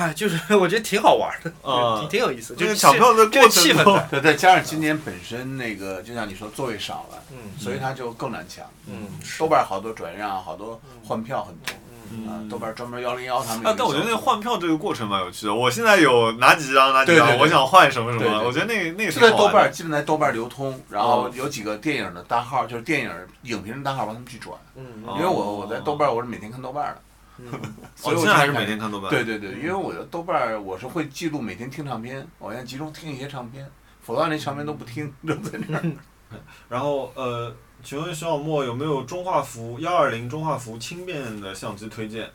S1: 哎，就是 我觉得挺好玩的，
S2: 啊
S1: 挺，挺有意思，
S2: 这
S1: 就
S2: 个
S1: 是
S2: 抢票的
S1: 这个
S2: 过程
S1: 气氛
S2: 中
S1: 在，
S3: 对，再加上今年本身那个，就像你说座位少了，
S1: 嗯
S3: 所以它就更难抢。
S1: 嗯，
S3: 豆瓣儿好多转让，好多换票很多。啊，
S2: 嗯
S3: 豆瓣儿专门幺零幺他们有一个小
S2: 啊，
S3: 组。
S2: 但我觉得那个换票这个过程蛮有趣的。我现在有哪几张哪几
S3: 对对
S2: 张，
S3: 对
S2: 我想换什么什
S3: 对对
S2: 么，
S3: 对
S2: 我觉得那个那个
S3: 就
S2: 挺好
S3: 在豆
S2: 玩
S3: 瓣儿，
S2: 的。哦
S3: 基本在豆瓣儿流通，然后
S2: 嗯
S3: 有几个电影的大号，就是电影影评人大号，帮他们去转。
S1: 嗯
S2: 哦
S3: 因为我我在豆瓣儿，我是每天看豆瓣儿的，
S1: 嗯
S3: 所
S2: 我
S3: 以我
S2: 现在还是
S3: 就看
S2: 每。天看豆瓣。
S3: 对，对对，因为我的豆瓣儿我是会记录每天听唱片，我现在集中听一些唱片，否则那唱片都不听， 扔在那儿。
S2: 然后呃，请问徐小莫有没有中画幅幺二零中画幅轻便的相机推荐？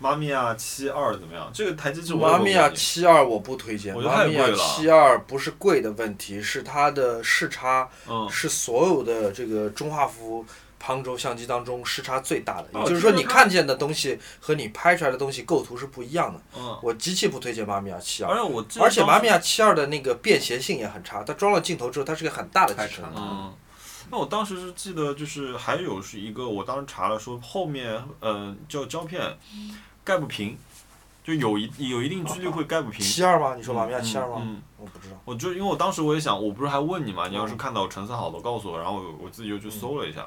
S2: 妈咪呀七二怎么样？这个台机器我有
S1: 妈咪呀
S2: 过瘾
S1: 七二我不推荐，
S2: 我觉得
S1: 妈
S2: 太
S1: 咪
S2: 贵
S1: 呀
S2: 了
S1: 七二不是贵的问题，是它的视差
S2: 嗯，
S1: 是所有的这个中画幅旁轴相机当中视差最大的，
S2: 哦
S1: 也就是说
S2: 就是
S1: 你
S2: 它
S1: 看见的东西和你拍出来的东西构图是不一样的。
S2: 嗯，
S1: 我极其不推荐妈咪呀七
S2: 而
S1: 二，
S2: 且啊我记得
S1: 而且
S2: 当时
S1: 妈咪呀七二的那个便携性也很差，它装了镜头之后，它是个很大的
S3: 太
S1: 机身
S3: 长。了
S2: 嗯，那我当时是记得，就是还有是一个，我当时查了说后面，呃，叫胶片盖不平，就有一有一定几率会盖不平。
S1: 七二吗？你说妈咪呀七二吗？
S2: 嗯，嗯
S1: 我不知道。
S2: 我就因为我当时我也想，我不是还问你嘛，你要是看到成色好的告诉我，然后我我自己又去搜了一下，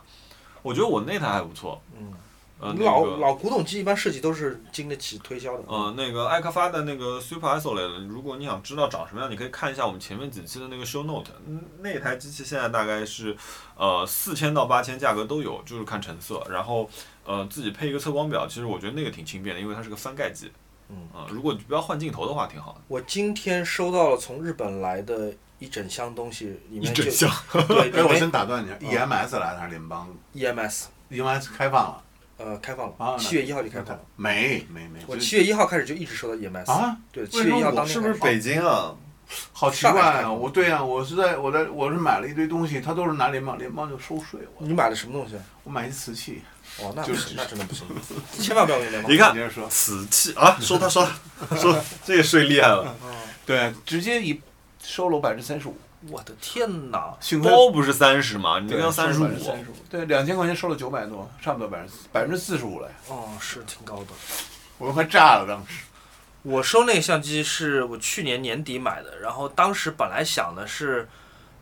S2: 我觉得我那台还不错，
S1: 嗯，
S2: 呃，
S1: 老
S2: 那个。
S1: 老古董机一般设计都是经得起推销的。
S2: 嗯，那个艾克发的那个 Super Isolate，如果你想知道长什么样，你可以看一下我们前面几期的那个 Show Note。嗯那台机器现在大概是，呃，四千到八千，价格都有，就是看成色。然后，呃，自己配一个测光表，其实我觉得那个挺轻便的，因为它是个翻盖机。
S1: 嗯
S2: 呃如果你不要换镜头的话，挺好的。
S1: 我今天收到了从日本来的一整箱东西，里面就
S2: 箱，
S1: 对，
S3: 哎，
S1: 里
S3: 我先
S1: 面
S3: 打断你，EMS 来的还是联邦
S1: EMS
S3: ？EMS 开放了，
S1: 呃开放
S3: 啊
S1: 了，七月一号就开放了。
S3: 没没没，
S1: 我
S3: 就
S1: 七月一号开始就一直收到 EMS，
S3: 啊，
S1: 对，七
S3: 为什
S1: 月
S3: 么
S1: 一号
S3: 我
S1: 当天
S2: 是不是
S1: 开放
S2: 北京啊？
S3: 好奇
S1: 上
S3: 怪
S1: 海开
S3: 啊！
S1: 放
S3: 我对啊，我是在我在我是买了一堆东西，他都是拿联邦联邦就收税我。
S1: 你买的什么东西？啊
S3: 我买一瓷器，
S1: 哦，那
S3: 就
S1: 不
S3: 是
S1: 行，那真的不 行，千万不要用联邦
S2: 你。看
S3: 你接着说。
S2: 瓷器啊，说他说他说这个税厉害 了，
S1: 哦
S3: 对，直接一收了百分之三十五，
S1: 我的天哪！
S3: 幸亏
S2: 包不是三十嘛，你那
S3: 对
S2: 个要三十五，
S3: 三十五，对，两千块钱收了九百多，差不多百分之百分之四十五了呀，
S1: 哦，是挺高的。
S3: 我都快炸了当时。
S1: 我收那个相机是我去年年底买的，然后当时本来想的是，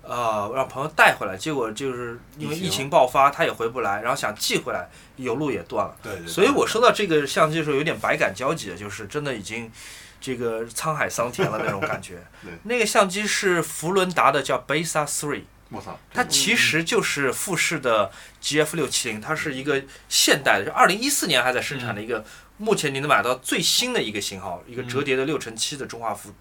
S1: 呃，让朋友带回来，结果就是因为
S3: 疫情
S1: 疫情爆发，他也回不来，然后想寄回来，邮路也断了。
S3: 对对
S1: 所以我收到这个相机的时候有点百感交集，就是真的已经这个沧海桑田了那种感觉
S3: 对。
S1: 那个相机是福伦达的，叫 Besa Three，
S3: 我操，
S1: 它
S3: 这个
S1: 其实就是富士的 GF 六七零，它是一个现代的，就二零一四年还在生产的一个，目前你能买到最新的一个型号，一个折叠的六乘七的中画幅，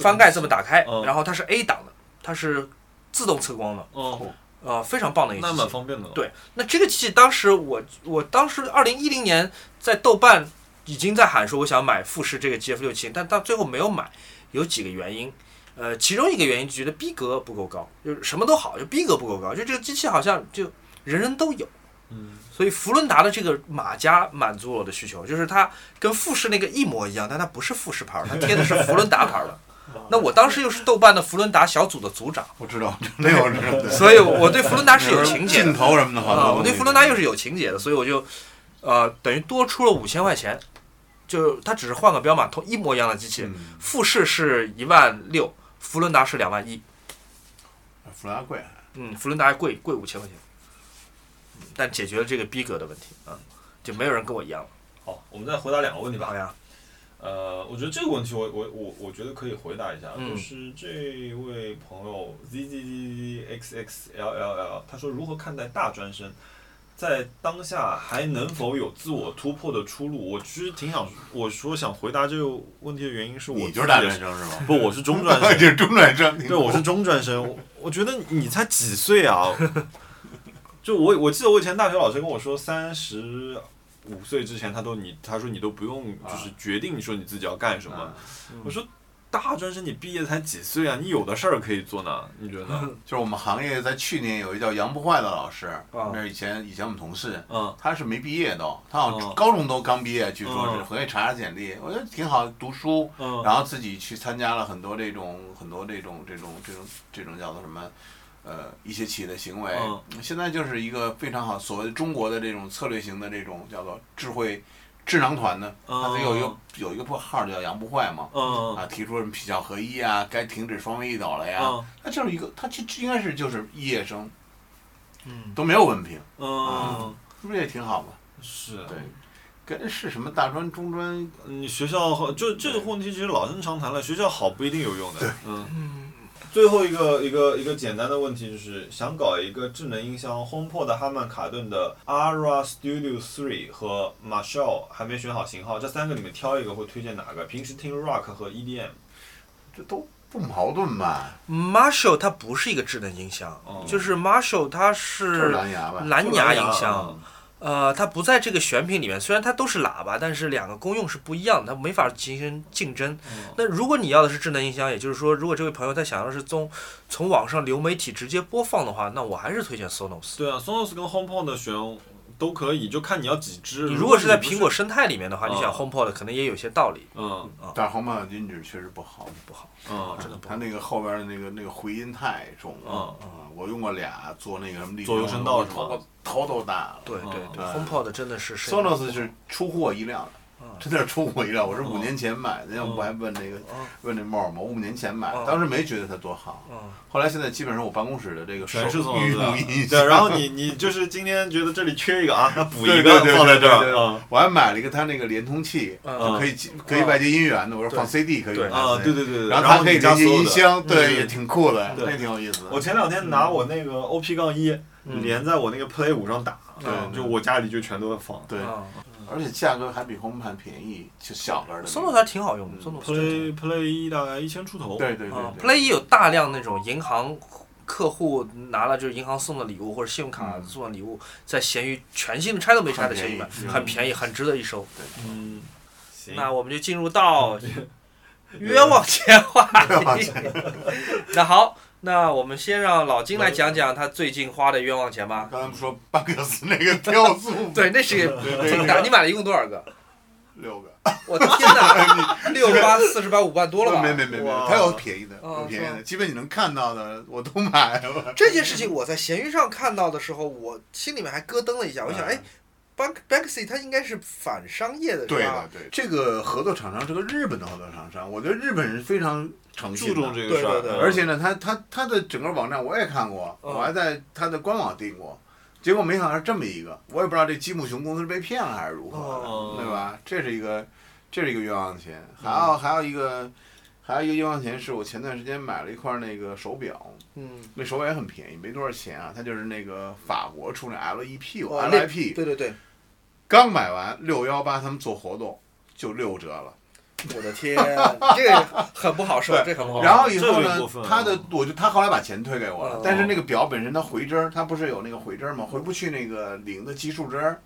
S1: 翻盖这么打开
S2: 嗯，
S1: 然后它是 A 档的，它是自动测光的，
S2: 哦，
S1: 呃，非常棒的一个
S2: 那
S1: 机器
S2: 蛮。方便的了。
S1: 对那这个机器当时我我当时二零一零年在豆瓣已经在喊说我想买富士这个 GF 六七，但到最后没有买，有几个原因。呃，其中一个原因就觉得逼格不够高，就是什么都好，就逼格不够高，就这个机器好像就人人都有。
S2: 嗯，
S1: 所以福伦达的这个马甲满足了我的需求，就是它跟富士那个一模一样，但它不是富士牌儿，它贴的是福伦达牌儿的。那我当时又是豆瓣的福伦达小组的组长，
S3: 我知道，那我知道。
S1: 所以我对福伦达是有情节的
S3: 镜头什么的，好
S1: 啊、
S3: 多。
S1: 我对福伦达又是有情节的，所以我就呃等于多出了五千块钱，就它只是换个标码，同一模一样的机器，
S3: 嗯，
S1: 富士是一万六，福伦达是两万一，
S3: 弗拉贵，
S1: 嗯，福伦达贵贵五千块钱，嗯但解决了这个逼格的问题啊，就没有人跟我一样了，
S2: 好，我们再回答两个问题吧
S1: 好。呀，
S2: 呃，我觉得这个问题我，我我我觉得可以回答一下，
S1: 嗯
S2: 就是这位朋友 z z z z x x l l l，他说如何看待大专生，在当下还能否有自我突破的出路？我其实挺想，我说想回答这个问题的原因是我
S3: 你
S2: 自
S3: 就是
S2: 己
S3: 大
S2: 也
S3: 专
S2: 是，
S3: 生是吧？
S2: 不，我是中专生，
S3: 就是中专生。
S2: 对，我是中专生。我我觉得你才几岁啊？ 就我我记得我以前大学老师跟我说，三十五岁之前他都你他说你都不用
S3: 啊
S2: 就是决定说你自己要干什么。
S3: 啊
S2: 我说大专生你毕业才几岁啊？你有的事儿可以做呢，你觉得呢？
S3: 就是我们行业在去年有一叫杨不坏的老师，
S1: 啊
S3: 那是以前以前我们同事，
S2: 嗯，
S3: 他是没毕业都，他好
S1: 啊
S3: 像
S2: 哦
S3: 高中都刚毕业，据说是
S2: 嗯
S3: 回去查查简历，我觉得挺好，读书，
S2: 嗯
S3: 然后自己去参加了很多这种很多这种这种这种这种叫做什么，呃，一些企业的行为
S2: 嗯，
S3: 现在就是一个非常好，所谓的中国的这种策略型的这种叫做智慧智囊团呢，它
S2: 嗯
S3: 有一个有一个号叫杨不坏嘛，
S2: 嗯
S3: 啊，提出什么皮巧合一啊，该停止双微一导了呀，
S2: 嗯
S3: 他就是一个，他这应该是就是毕业生
S1: 嗯，
S3: 都没有文凭，
S2: 嗯，
S3: 是不是也挺好嘛？
S2: 是。
S3: 啊对，跟是什么大专、中专，
S2: 你学校好就这个问题，其实老生常谈了，学校好不一定有用的。嗯。最后一个一个一个简单的问题就是，想搞一个智能音箱，HomePod 的哈曼卡顿的 Ara Studio Three 和 Marshall 还没选好型号，这三个里面挑一个，会推荐哪个？平时听 Rock 和 E EDM。
S3: 这都不矛盾吧？
S1: Marshall 它不是一个智能音箱，
S2: 哦
S1: 就是 Marshall 它
S3: 就是
S1: 是
S3: 蓝牙吧？
S1: 蓝牙音箱，
S2: 嗯，
S1: 呃，它不在这个选品里面，虽然它都是喇叭，但是两个功用是不一样的，它没法进行竞争。
S2: 嗯
S1: 那如果你要的是智能音箱，也就是说，如果这位朋友他想要是从从网上流媒体直接播放的话，那我还是推荐 Sonos。
S2: 对啊，Sonos 跟 HomePod 的选都可以，就看你要几只。
S3: 嗯
S1: 你如果是在
S2: 不
S1: 苹果，生态里面的话，你想
S2: 哦
S1: HomePod 可能也有些道理。
S2: 嗯
S3: 但是红帽音质确实不好，
S1: 不好，
S2: 嗯，
S1: 真的不
S3: 它
S1: 好。
S3: 那个后边的那个那个回音太重了。
S2: 嗯
S3: 啊，我用过俩做那个什么立体
S2: 左右声道是吧
S3: 头头都大了。
S1: 对对对
S3: 哦
S1: ，HomePod 真的是声音
S3: ，Sonos 是出乎我意料的
S1: 嗯，
S3: 真的是出乎我意料。我是五
S2: 嗯
S3: 年前买的，要不
S2: 嗯
S3: 还问那个
S1: 嗯
S3: 问那帽吗？我五年前买
S1: 嗯，
S3: 当时没觉得它多好，
S1: 嗯，
S3: 后来现在基本上我办公室的这个
S2: 全是
S3: 手
S2: 从
S3: 语录 音
S2: 对，然后你你就是今天觉得这里缺一个啊，那补一
S3: 对
S2: 个
S3: 对对
S2: 放在这
S3: 对对
S2: 儿
S3: 对
S2: 啊
S3: 我还买了一个它那个连通器，
S1: 嗯
S3: 就可以接可以外接音源的，我说放 CD 可以
S1: 对
S2: 啊，对
S3: 对。
S2: 对对，对
S3: 然后
S2: 后
S3: 它可以
S2: 你加
S3: 连接
S2: 所有
S3: 音
S2: 的。
S3: 箱，
S2: 嗯
S3: 对，也挺酷的，
S2: 对嗯
S3: 那挺有意思的。
S2: 我前两天拿我那个 OP 杠一连在我那个 Play 五上打，
S3: 对
S2: 嗯
S3: 对
S2: 就我家里就全都放。
S3: 对，
S1: 啊
S3: 而且价格还比 HomePod 便宜，就小个儿的那个。
S1: ，Sonos 还挺好
S3: 嗯
S1: 用的，Sonos 真的
S2: Play Play 一大概一千出头。
S3: 对对
S1: 啊
S3: 对对。
S1: ，Play 也有大量那种银行客户拿了就是银行送的礼物或者信用卡送的礼物，在闲鱼全新的拆都没拆的闲鱼买，
S3: 很便宜
S1: 很便宜，很值得一收。
S2: 嗯，行，
S1: 那我们就进入到约往前话 题。 那好，那我们先让老金来讲讲他最近花的冤枉钱吧。，
S3: 刚才不说半个斯那个雕塑吗
S1: 对，那是 一个挺大。你买了一共多少 个？
S3: 六个，
S1: 我的天哪，六八、四十八、五万多了吧？
S3: 没没没没，
S2: 哇
S3: 它有便宜的，
S1: 哦
S3: 有便
S1: 是
S3: 宜
S1: 吗
S3: 的，基本你能看到的我都买了。
S4: 这件事情我在闲鱼上看到的时候，我心里面还咯噔了一下，我想，
S3: 嗯
S4: 哎，Bank Banksy 它应该是反商业的，
S3: 对
S4: 是
S3: 的
S4: 吧？，
S3: 对的，这个合作厂商是个日本的合作厂商，我觉得日本人非常诚信
S2: 注
S3: 的
S2: 重这个事儿，
S4: 对对对
S2: 嗯
S3: 而且呢，他他他的整个网站我也看过，
S1: 嗯
S3: 我还在他的官网订过，结果没想到是这么一个，我也不知道这积木熊公司是被骗了还是如何的，
S2: 哦
S3: 对吧？这是一个，这是一个冤枉钱，还有、还有一个，还有一个冤枉钱是我前段时间买了一块那个手表，
S4: 嗯，
S3: 那手表也很便宜，没多少钱啊，它就是那个法国出那 E LEP
S4: 哦那
S3: LIP，
S4: 对对对，
S3: 刚买完六幺八他们做活动就六折了。
S4: 我的天，这个很不好受，这
S3: 对
S4: 很不
S1: 哦
S4: 好受。
S3: 然后以后
S2: 这个
S3: 呢
S2: 也过分，啊
S3: 他的我就他后来把钱退给我了
S4: 嗯，
S3: 但是那个表本身它回针儿，它不是有那个回针儿吗？回不去那个零的基数针儿。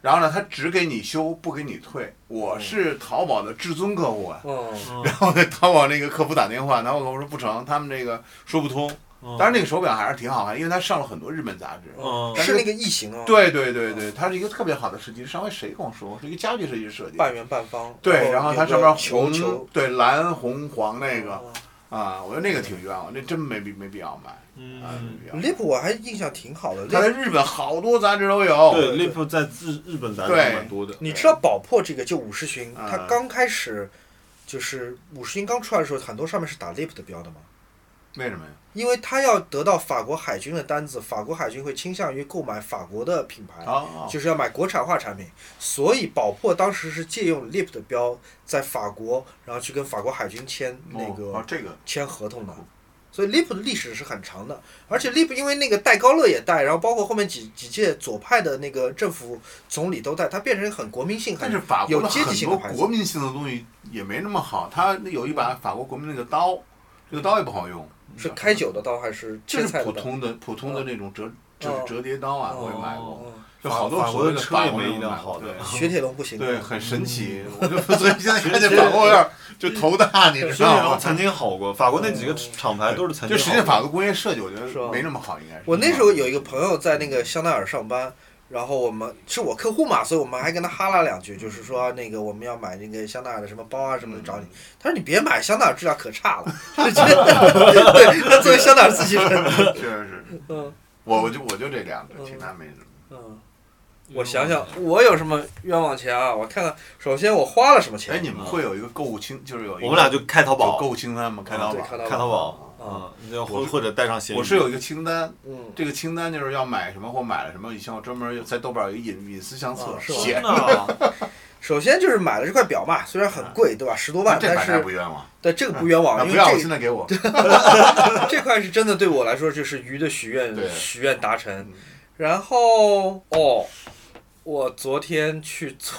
S3: 然后呢，他只给你修，不给你退。我是淘宝的至尊客户啊，
S5: 嗯，
S2: 嗯
S3: 然后在淘宝那个客服打电话，然后我跟我说不成，他们这个说不通。
S2: 嗯
S1: 哦
S3: 当然那个手表还是挺好看，因为它上了很多日本杂志。
S2: 嗯
S1: 是那个异
S4: 啊
S1: 形的吗？，
S3: 对对对对，它是一个特别好的设计师。上回谁跟我说过？是一个家具设计师设计。
S1: 半圆半方。
S4: 哦
S3: 对，然后它上面
S1: 哦有个球
S3: 红
S1: 球
S3: 对蓝红黄那个
S1: 嗯
S3: 啊，我觉得那个挺冤枉，那真没必没必要买啊，没
S2: 嗯，
S3: 必要买。
S1: Lip 我还印象挺好的。
S3: 它在
S1: Lip，
S3: 日本好多杂志都有。
S2: 对，Lip 在日日本杂志
S3: 对
S2: 蛮多的，
S1: 你知道宝珀这个就五十旬，
S3: 啊
S1: 它刚开始就是五十音刚出来的时候，很多上面是打 Lip 的标的嘛。
S3: 为什么呀？
S1: 因为它要得到法国海军的单子，法国海军会倾向于购买法国的品牌，
S3: 哦，
S1: 就是要买国产化产品。所以宝珀当时是借用 Lip 的标在法国，然后去跟法国海军签那个、
S3: 哦这个
S1: 签合同的，所以 Lip 的历史是很长的。而且 Lip 因为那个戴高乐也戴，然后包括后面几几届左派的那个政府总理都戴，它变成一个很国民性很
S3: 但是法国的
S1: 有阶级
S3: 很
S1: 性的
S3: 多
S1: 牌子
S3: 国民性的东西也没那么好，它有一把法国国民那个刀，这个刀也不好用，
S1: 嗯是开酒的刀还是
S3: 就
S1: 切
S3: 是
S1: 菜
S3: 普
S1: 的刀？
S3: 通的普通的那种折
S1: 哦
S3: 折折叠刀啊，
S1: 哦
S3: 我也买过，
S1: 嗯
S3: 就好多
S2: 法
S3: 所
S2: 国
S3: 谓
S2: 的
S3: 的
S2: 车也
S3: 法国
S2: 没
S3: 人
S2: 一辆
S3: 买过
S2: 好的
S3: 对
S1: 雪铁龙不行。啊
S3: 对，很神
S1: 嗯
S3: 奇，我就所以现在看见法国有点就头大，你知
S2: 虽然我
S3: 道吗？
S2: 曾经好过，法国那几个厂牌都是曾经
S3: 就
S2: 好
S3: 实
S2: 过
S3: 际上法国工业设计，我觉
S1: 是吧
S3: 得没那么好，应该是。
S1: 我那时候有一个朋友在那个香奈儿上班，然后我们是我客户嘛，所以我们还跟他哈拉两句，就是说那个我们要买那个香奈儿的什么包啊什
S3: 嗯
S1: 么的 找你。他说你别买，香奈儿质量可差了。 就觉得对，他作为香奈儿自己人，
S3: 确实是，
S1: 嗯
S3: 我我就我就这两个，其他没什么。
S1: 嗯。我想想，我有什么冤枉钱啊？我看看，首先我花了什么钱？
S3: 哎，你们会有一个购物清，就是有一个
S2: 我们俩就开淘
S3: 有
S2: 宝，
S3: 购物清单吗？开
S1: 啊
S3: 淘
S1: 对
S3: 宝。
S1: 看到
S2: 开
S1: 了
S2: 淘宝，
S1: 啊
S2: 嗯，要
S3: 我
S2: 或或者带上闲鱼，
S3: 我是有一个清单，
S1: 嗯，
S3: 这个清单就是要买什么或买了什么。以前我专门在豆瓣有一隐隐私相册
S1: 啊，是吧
S3: 写
S2: 真的啊，
S1: 首先就是买了这块表嘛，虽然很贵，对吧？十多万，
S3: 这
S1: 但
S3: 买卖
S1: 是
S3: 不冤枉。
S1: 对这个不冤枉，
S3: 啊
S1: 因
S3: 不
S1: 为
S3: 要，
S1: 这
S3: 我现在给我。
S1: 这块是真的对我来说就是鱼的许愿
S3: 对，
S1: 许愿达成
S3: 嗯。
S1: 然后哦，我昨天去做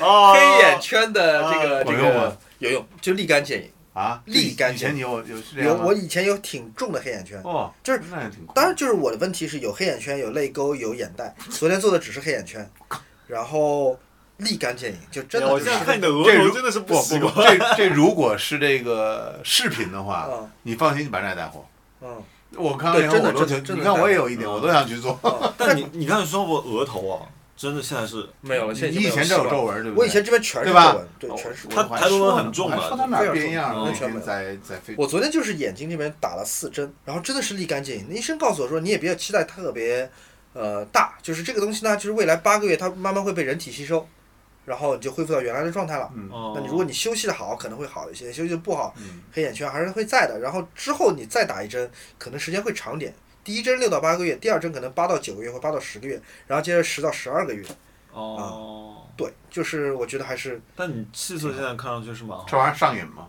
S2: 哦
S1: 黑眼圈的这个、
S3: 啊
S1: 这
S3: 有用
S1: 个
S3: 吗
S1: 有用，就立竿见影。
S3: 啊，
S1: 立竿
S3: 以
S1: 见
S3: 前
S1: 影
S3: 你有有是这
S1: 有
S3: 样吗
S1: 我以前有挺重的黑眼圈，
S3: 哦，
S1: 就是
S3: 那也挺酷。
S1: 当然就是我的问题是有黑眼圈、有泪沟、有眼袋。昨天做的只是黑眼圈，然后立竿见影，就真的
S2: 哎我
S1: 就
S2: 现
S1: 是
S2: 在看你的额
S3: 这
S2: 头
S3: 如
S2: 真的是
S3: 不
S2: 习
S3: 不
S2: 惯，
S3: 不，这这如果是这个视频的 话，
S1: 嗯
S3: 你啊放心，你把这带货。
S1: 嗯，
S3: 我看完以
S1: 对
S3: 后
S1: 真的
S3: 我都
S1: 真的
S3: 挺，
S1: 真
S3: 你
S1: 的
S3: 看
S1: 带货
S3: 我也有一点，我都想去做。
S1: 嗯
S2: 但你你刚才说我额头啊，真的现在是
S1: 没有了。现在
S3: 你
S1: 已经
S3: 以
S1: 没有
S3: 前
S1: 了
S3: 这有
S1: 习惯
S3: 皱
S1: 了，
S3: 纹，对不对？
S1: 我以前这边全是皱
S3: 吧
S1: 纹，对，全是。
S2: 他
S3: 我还
S2: 他中文
S3: 说呢
S2: 很重
S1: 啊
S3: 我还
S2: 的
S3: 说他哪儿变样
S2: 嗯
S3: 了？那
S1: 全
S3: 天
S1: 没有
S3: 在在飞
S1: 我昨天就是眼睛这边打了四针，然后真的是立竿见影。那医生告诉我说，你也别期待特别，呃，大，就是这个东西呢，就是未来八个月它慢慢会被人体吸收，然后你就恢复到原来的状态了。
S3: 嗯
S2: 哦
S1: 那你如果你休息的好，可能会好一些；休息的不好，
S3: 嗯，
S1: 黑眼圈还是会在的。然后之后你再打一针，可能时间会长点。第一针六到八个月，第二针可能八到九个月或八到十个月，然后接着十到十二个月。
S2: 哦，
S1: 对，就是我觉得还是
S2: 但你气色现在看上去是蛮好
S3: 这，玩意儿上瘾吗？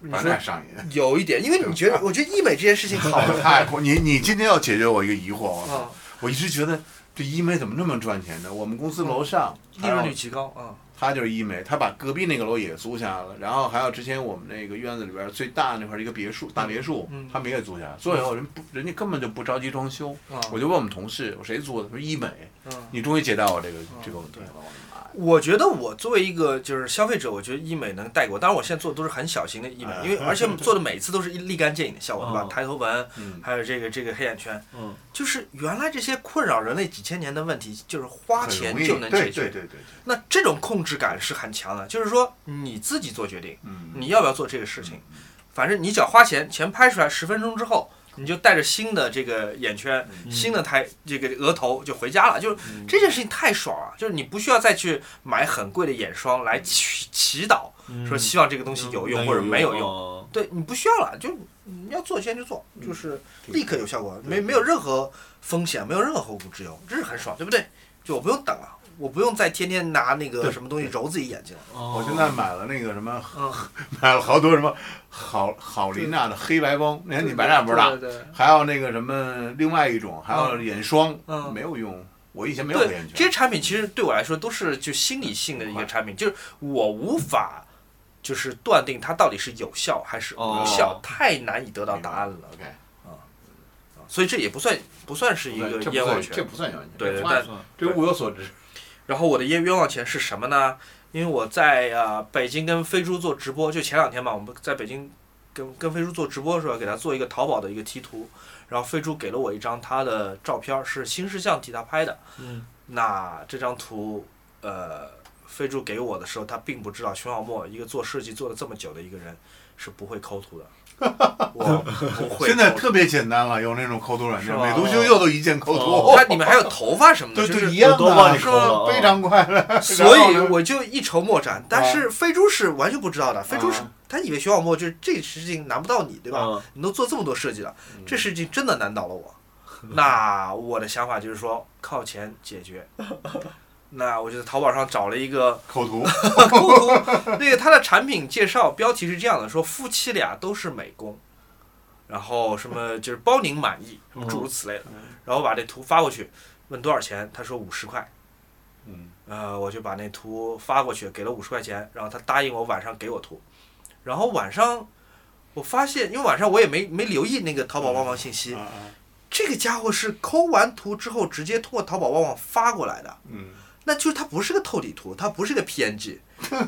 S1: 你
S3: 反正
S1: 说
S3: 还上瘾。
S1: 有一点，因为你觉得，我觉得医美这件事情 好
S3: 好太过你你今天要解决我一个疑惑，我操
S1: 啊，
S3: 我一直觉得这医美怎么那么赚钱呢？我们公司楼上
S5: 利润率极高啊，
S3: 他就是医美，他把隔壁那个楼也租下来了，然后还有之前我们那个院子里边最大那块儿一个别墅，大别墅，
S5: 嗯
S3: 他们也租下来。租以后人不，人家根本就不着急装修。
S5: 啊
S3: 我就问我们同事，我谁租的？他说医美。
S5: 嗯。
S3: 你终于解答我这个这个问题了，我的妈呀！
S5: 我觉得我作为一个就是消费者，我觉得医美能带给我，当然我现在做的都是很小型的医美，
S1: 啊
S3: 嗯
S5: 因为 而且做的每次都是立竿见影的效果，对吧
S2: 嗯？
S5: 抬头纹，
S3: 嗯，
S5: 还有这个这个黑眼圈，
S2: 嗯，
S5: 就是原来这些困扰人类几千年的问题，就是花
S3: 嗯很
S5: 钱
S3: 容易
S5: 就能解
S3: 对对
S5: 决。
S3: 对对对，
S5: 那这种控制感是很强的，就是说你自己做决定，
S3: 嗯，
S5: 你要不要做这个事情，反正你只要花钱，钱拍出来十分钟之后，你就带着新的这个眼圈、
S2: 嗯
S5: 新的抬这个额头就回家了，就是
S2: 嗯
S5: 这件事情太爽了，就是你不需要再去买很贵的眼霜来祈祈祷，
S2: 嗯
S5: 说希望这个东西嗯有用或者嗯没有用。
S2: 用，
S5: 对你不需要了，就你要做先去做，就是立刻有效果，没
S3: 嗯对
S5: 没有任何风险，没有任何后顾之忧，这是很爽，对不对？就我不用等了，我不用再天天拿那个
S3: 对
S5: 什么东西揉自己眼睛了。
S2: 哦
S3: 我现在买了那个什么，
S5: 嗯，
S3: 买了好多什么好好琳娜的黑白光，那哎你白俩不知道，
S5: 对对
S3: 还有那个什么，另外一种，还有眼霜，
S5: 嗯
S3: 没有用。我以前没有
S5: 对
S3: 黑眼
S5: 这些
S3: 圈，
S5: 产品其实对我来说都是就心理性的一个产品，就是我无法就是断定它到底是有效还是无效，
S2: 哦
S5: 太难以得到答案了。啊
S3: OK，
S5: 所以这也不算不算是一个
S3: 这不
S5: 冤枉
S3: 算，
S5: 泉
S3: 这。不算冤枉
S5: 对对
S3: 这不
S2: 那
S3: 算
S2: 算
S3: 这物有所值。
S1: 然后我的业余冤枉钱是什么呢？因为我在呃北京跟飞猪做直播，就前两天嘛，我们在北京跟跟飞猪做直播的时候，给他做一个淘宝的一个 T 图，然后飞猪给了我一张他的照片儿，是新式相替他拍的。
S2: 嗯，
S1: 那这张图，呃，飞猪给我的时候，他并不知道熊小莫一个做设计做了这么久的一个人是不会抠图的。我不会抠图。
S3: 现在特别简单了，有那种抠图软
S1: 是
S3: 件，
S1: 吧
S3: 美图秀秀都一键抠
S2: 哦
S3: 图，
S1: 那你们还有头发什么的，
S3: 对
S1: 就
S3: 对
S1: 是
S3: 一样
S2: 我都帮
S3: 的，
S2: 你抠了啊
S3: 说 非常快了。
S1: 所
S3: 然后
S1: 以
S3: 呢
S1: 我就一筹莫展。但是飞猪是完全不知道的，飞猪是
S3: 啊
S1: 他以为徐小莫就是这事情难不到你，对吧？
S2: 嗯
S1: 你都做这么多设计了，
S2: 嗯
S1: 哦这事情真的难倒了 我。那我的想法就是说，靠钱解决。 那我就在淘宝上找了一个
S3: 抠图，
S1: 抠图，那个它的产品介绍标题是这样的：说夫妻俩都是美工，然后什么就是包您满意，什么诸如此类
S3: 嗯
S1: 的。然后把这图发过去，问多少钱？他说五十块。
S3: 嗯，
S1: 呃，我就把那图发过去，给了五十块钱，然后他答应我晚上给我图，然后晚上我发现，因为晚上我也没没留意那个淘宝旺旺信息，
S3: 啊啊
S1: 这个家伙是抠完图之后直接通过淘宝旺旺发过来的，
S3: 嗯，
S1: 那就是它不是个透底图，它不是个 PNG，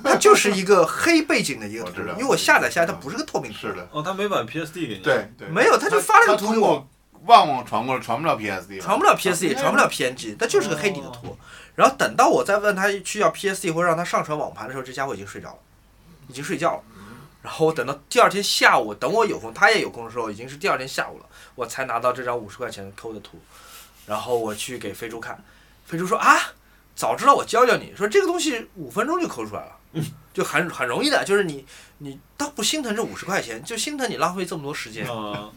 S1: 它就是一个黑背景的一个
S3: 我
S1: 图，
S3: 知道
S1: 因为我下载下来它不是个透明图，
S3: 是的，
S2: 哦，他没把 PSD 给你，
S3: 对对，
S1: 没有，他就发了个
S3: 他
S1: 图
S3: 通
S1: 给我，
S3: 过旺旺传过来，传不了哎 PSD，
S1: 传不了 PSD，也传不了 PNG，它就是个黑底的图。然后等到我再问他需要 PSD 或者让他上传网盘的时候，这家伙已经睡着了，已经睡觉了。然后我等到第二天下午，等我有空，他也有空的时候，已经是第二天下午了，我才拿到这张五十块钱抠的图，然后我去给飞猪看，飞猪说啊，早知道我教教你，说这个东西五分钟就抠出来了，就很很容易的，就是你你倒不心疼这五十块钱，就心疼你浪费这么多时间。
S2: 嗯，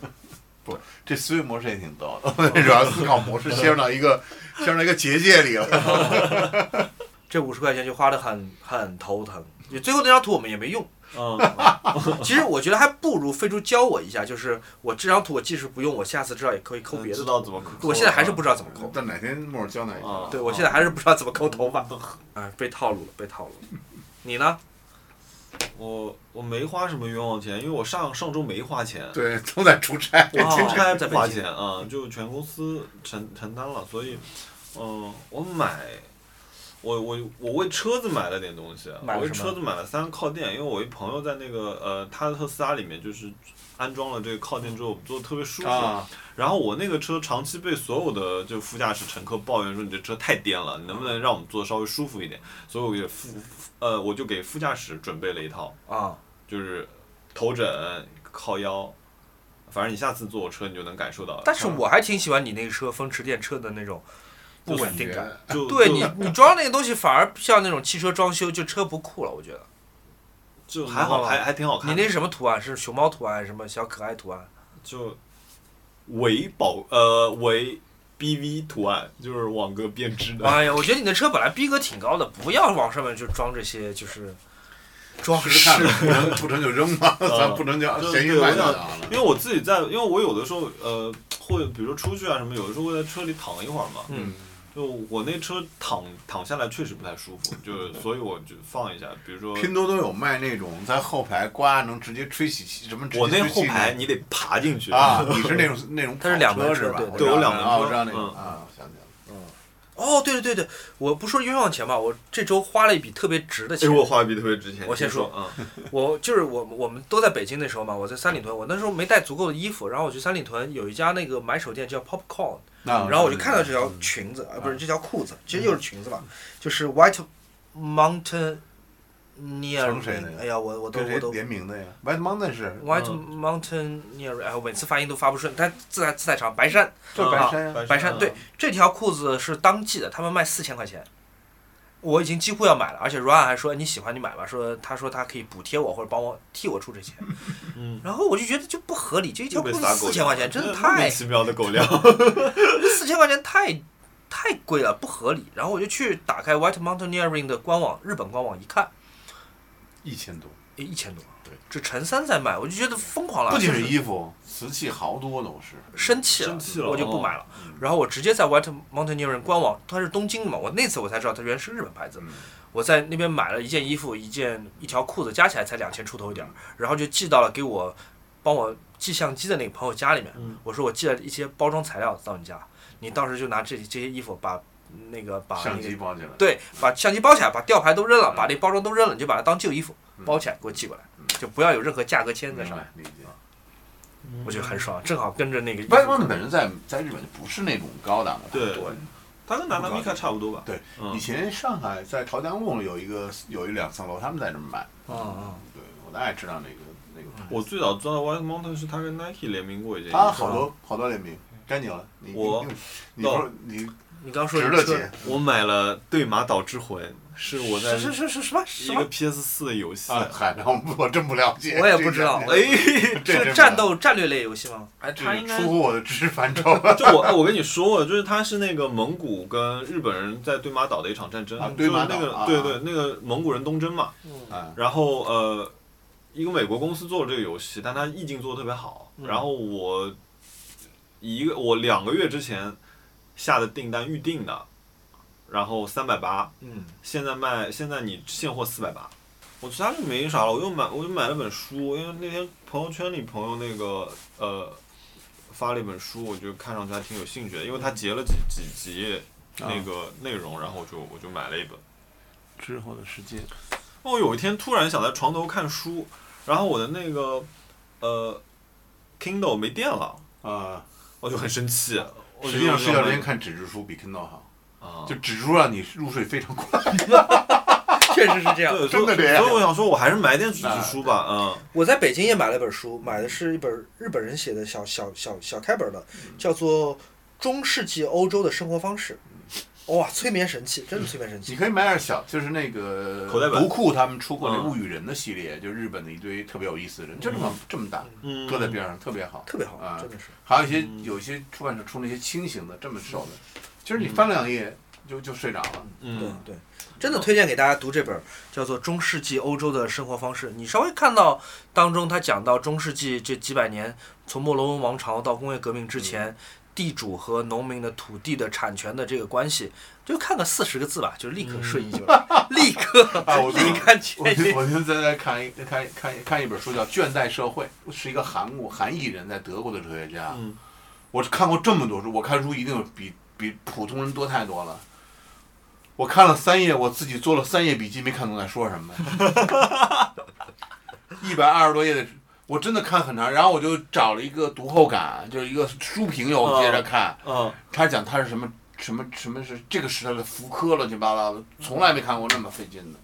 S3: 这思维模式也挺逗的， 我主要思考模式陷入到一个陷入到一个结界里了。
S1: 这五十块钱就花得很很头疼。就最后那张图我们也没用，
S2: 嗯，
S1: 其实我觉得还不如飞猪教我一下，就是我这张图我即使不用，我下次嗯知道也可以抠别
S2: 知
S1: 的。
S2: 道怎嗯么抠。
S1: 我现在还是不知道怎么抠，
S3: 但哪天默默交代一下
S2: 啊，
S1: 对我现在还是不知道怎么抠头发。哎，被套路了，被套路了。你呢？
S2: 我我没花什么冤枉钱，因为我上上周没花钱，
S3: 对，都在出差。
S2: 我出差
S1: 在
S2: 不
S1: 北
S2: 花
S1: 京
S2: 钱啊，就全公司承承担了，所以，嗯、我买，我我我为车子买了点东西，啊
S1: 买了
S2: 我为
S1: 什么
S2: 车子买了三个靠垫，因为我一朋友在那个呃他的特斯拉里面就是安装了这个靠垫之后，我们坐的特别舒服。
S3: 啊，
S2: 然后我那个车长期被所有的就副驾驶乘客抱怨说你这车太颠了，你能不能让我们坐稍微舒服一点？所以我给副呃我就给副驾驶准备了一套，
S1: 啊，
S2: 就是头枕、靠腰，反正你下次坐我车你就能感受到。
S1: 但是我还挺喜欢你那个车风驰电掣的那种不稳定感。
S2: 就
S1: 对
S2: 就
S1: 你，你装那个东西反而像那种汽车装修，就车不酷了。我觉得
S2: 就还好，还还挺好
S1: 你
S2: 看的。
S1: 那是什么图案？是熊猫图案？什么小可爱图啊案？
S2: 就伪保呃伪 BV 图案，就是网格编织的。
S1: 哎呀，我觉得你的车本来逼格挺高的，不要往上面就装这些，就是装
S3: 试
S1: 饰
S3: 试看，不成不成就扔吧，咱不成就
S2: 啊对
S3: 咸鱼
S2: 对
S3: 买
S2: 我想
S3: 的啊。
S2: 因为我自己在，因为我有的时候呃会，比如说出去啊什么，有的时候会在车里躺一会儿嘛。
S1: 嗯
S2: 就我那车躺躺下来确实不太舒服，就所以我就放一下，比如说
S3: 拼多多有卖那种在后排刮能直接吹起气，什么直接
S2: 我那
S3: 吹气
S2: 后
S3: 那
S2: 排你得爬进去
S3: 啊，你是那种那种
S1: 它是两
S3: 跑
S1: 轮
S3: 车
S1: 车
S3: 是吧？
S1: 对
S3: 我
S2: 对
S3: 知道
S2: 我两轮
S3: 啊
S2: 车
S3: 我知道那种
S2: 嗯
S3: 啊，我想起来
S1: 哦，对对对对，我不说冤枉钱嘛，我这周花了一笔特别值的
S2: 哎，
S1: 钱。
S2: 我画笔特别值钱。
S1: 我先
S2: 说
S1: 说
S2: 啊，嗯
S1: 我就是我们我们都在北京那时候嘛，我在三里屯，我那时候没带足够的衣服，然后我去三里屯有一家那个买手店叫 Popcorn，
S3: 了。啊
S1: 然后我就看到这条裙子，
S3: 嗯
S1: 啊不是这条裤子，其实就是裙子吧，就是 White Mountain Near，
S3: 成谁的呀
S1: 哎呀，我我都
S3: 跟
S1: 我
S3: 谁
S1: 都
S3: 联名的呀？White Mountain 是
S1: White
S2: 嗯
S1: Mountain Near，哎，我每次发音都发不顺，但字太字太长，白山。
S3: 就是白
S1: 啊
S3: 山呀，
S1: 白山对，这条裤子是当季的，他们卖四千块钱，我已经几乎要买了，而且 Ryan 还说你喜欢你买吧，说他说他可以补贴我或者帮我替我出这钱，
S2: 嗯，
S1: 然后我就觉得就不合理，就一条
S2: 又
S1: 裤
S2: 被
S1: 子
S2: 撒狗
S1: 四千块钱，真的 太
S2: 奇妙的狗粮。
S1: 四千块钱太太贵了，不合理。然后我就去打开 White Mountaineering 的官网，日本官网一看，
S3: 一千多，
S1: 诶一千多，
S3: 对，
S1: 这陈三在卖，我就觉得疯狂了，
S3: 不仅
S1: 就是
S3: 衣服，瓷器好多都是。
S1: 生气了，
S2: 生气了哦嗯
S1: 我就不买了。然后我直接在 White Mountaineering 官网，它是东京的嘛，我那次我才知道它原来是日本牌子。
S3: 嗯
S1: 我在那边买了一件衣服、一件一条裤子，加起来才两千出头一点儿，然后就寄到了给我帮我寄相机的那个朋友家里面。
S2: 嗯
S1: 我说我寄了一些包装材料到你家，你到时候就拿这这些衣服把
S6: 那个把那
S3: 相
S6: 个
S3: 机包起来，
S6: 对，把相机包起来，把吊牌都扔了，
S3: 嗯
S6: 把那包装都扔了，你就把它当旧衣服
S3: 嗯
S6: 包起来，给我寄过来
S3: 嗯，
S6: 就不要有任何价格签在
S3: 明
S6: 上面，
S3: 白理解。
S2: 嗯
S6: 我觉得很爽，正好跟着那个衣服。
S3: 外国人本身在在日本就不是那种高档的
S2: 对
S3: 很多，
S2: 它跟南南米卡差不多吧？
S3: 对，以
S2: 嗯，
S3: 前上海在朝江路有一个有一两层楼，他们在那儿卖。
S6: 嗯
S3: 对，我大概知道那个那个牌子。
S2: 我最早知道 White Mountain 是它跟 Nike 联名过一件衣服。
S3: 他好多好多联名，该你了。你
S2: 我
S3: 你你不是你
S6: 嗯，你刚说
S3: 值
S6: 你
S3: 了
S6: 车
S3: 姐
S2: 我买了《对马岛之魂》，是我在
S6: 是是是是什么
S2: 一
S6: 什
S2: 个
S6: 么？
S2: PS 四的游戏。
S3: 啊，海南我我真不了解，
S6: 我也不知 道，
S3: 这个
S6: 哎， 是个
S3: 这真不
S6: 战斗战略类游戏吗？
S2: 哎，
S3: 这
S2: 它
S3: 个
S2: 应该
S3: 出乎我的知识范畴了。
S2: 就我哎我跟你说过，就是它是那个蒙古跟日本人在对马岛的一场战争，
S3: 啊
S2: 就是
S3: 对马岛
S2: 那个、
S3: 啊
S2: 对对那个蒙古人东征嘛，
S3: 啊，
S2: 然后呃，一个美国公司做了这个游戏，但它意境做的特别好，
S6: 嗯
S2: 然后我一个我两个月之前下的订单预定的，然后三百八，
S6: 嗯，
S2: 现在卖现在你现货四百八。我其他就没啥了，我又买我就买了本书，因为那天朋友圈里朋友那个呃发了一本书，我就看上去还挺有兴趣的，因为它截了几几几页那个内容，然后我就我就买了一本。
S3: 之后的世界，
S2: 那我有一天突然想在床头看书，然后我的那个呃 Kindle 没电了，
S3: 啊，
S2: 我就很生气。我
S3: 实际上
S2: 就
S3: 啊睡觉之前看纸质书比 Kindle 好，
S2: 啊，
S3: 就纸质书让你入睡非常快。
S6: 确实是这样。
S2: 对，
S3: 真
S2: 所
S3: 的
S2: 以
S3: 这样啊
S2: 所以我想说，我还是买点纸质书吧，嗯。
S6: 嗯
S1: 我在北京也买了本书，买的是一本日本人写的小小小小开本的，
S6: 嗯
S1: 叫做《中世纪欧洲的生活方式》。
S6: 嗯
S1: 哇，催眠神器，真的催眠神
S3: 你
S1: 器。
S3: 可以买点小，就是那个
S2: 口袋本
S3: 读库他们出过那
S2: 嗯
S3: 物语人的系列，就日本的一堆特别有意思的人，就这么这么大，
S2: 嗯，
S3: 搁在边上特别好。
S1: 特别好
S3: 啊，
S1: 真的是。
S3: 还有一些
S2: 嗯
S3: 有一些出版社出那些轻型的，这么瘦的，其实你翻两页就就睡着 了。
S1: 对
S2: 嗯，
S1: 对，真的推荐给大家读这本叫做《中世纪欧洲的生活方式》。你稍微看到当中，他讲到中世纪这几百年，从莫罗文王朝到工业革
S6: 嗯
S1: 命之前，地主和农民的土地的产权的这个关系，就看个四十个字吧，就立刻顺意 就了，立刻
S3: 啊，我
S1: 立刻
S3: 我
S1: 确
S3: 就
S1: 定。
S3: 我就在那看一看一看一看一本书叫《倦怠社会》，是一个韩国韩裔人在德国的哲学家。
S2: 嗯
S3: 我看过这么多书，我看书一定有比比普通人多太多了。我看了三页，我自己做了三页笔记，没看懂在说 什么。一百二十多页的，我真的看很长，然后我就找了一个读后感，就是一个书评，我接着看。
S2: 嗯，
S3: 他讲他是什么什么什么是这个时代的福柯乱七八糟的，从来没看过那么费劲的。
S1: 嗯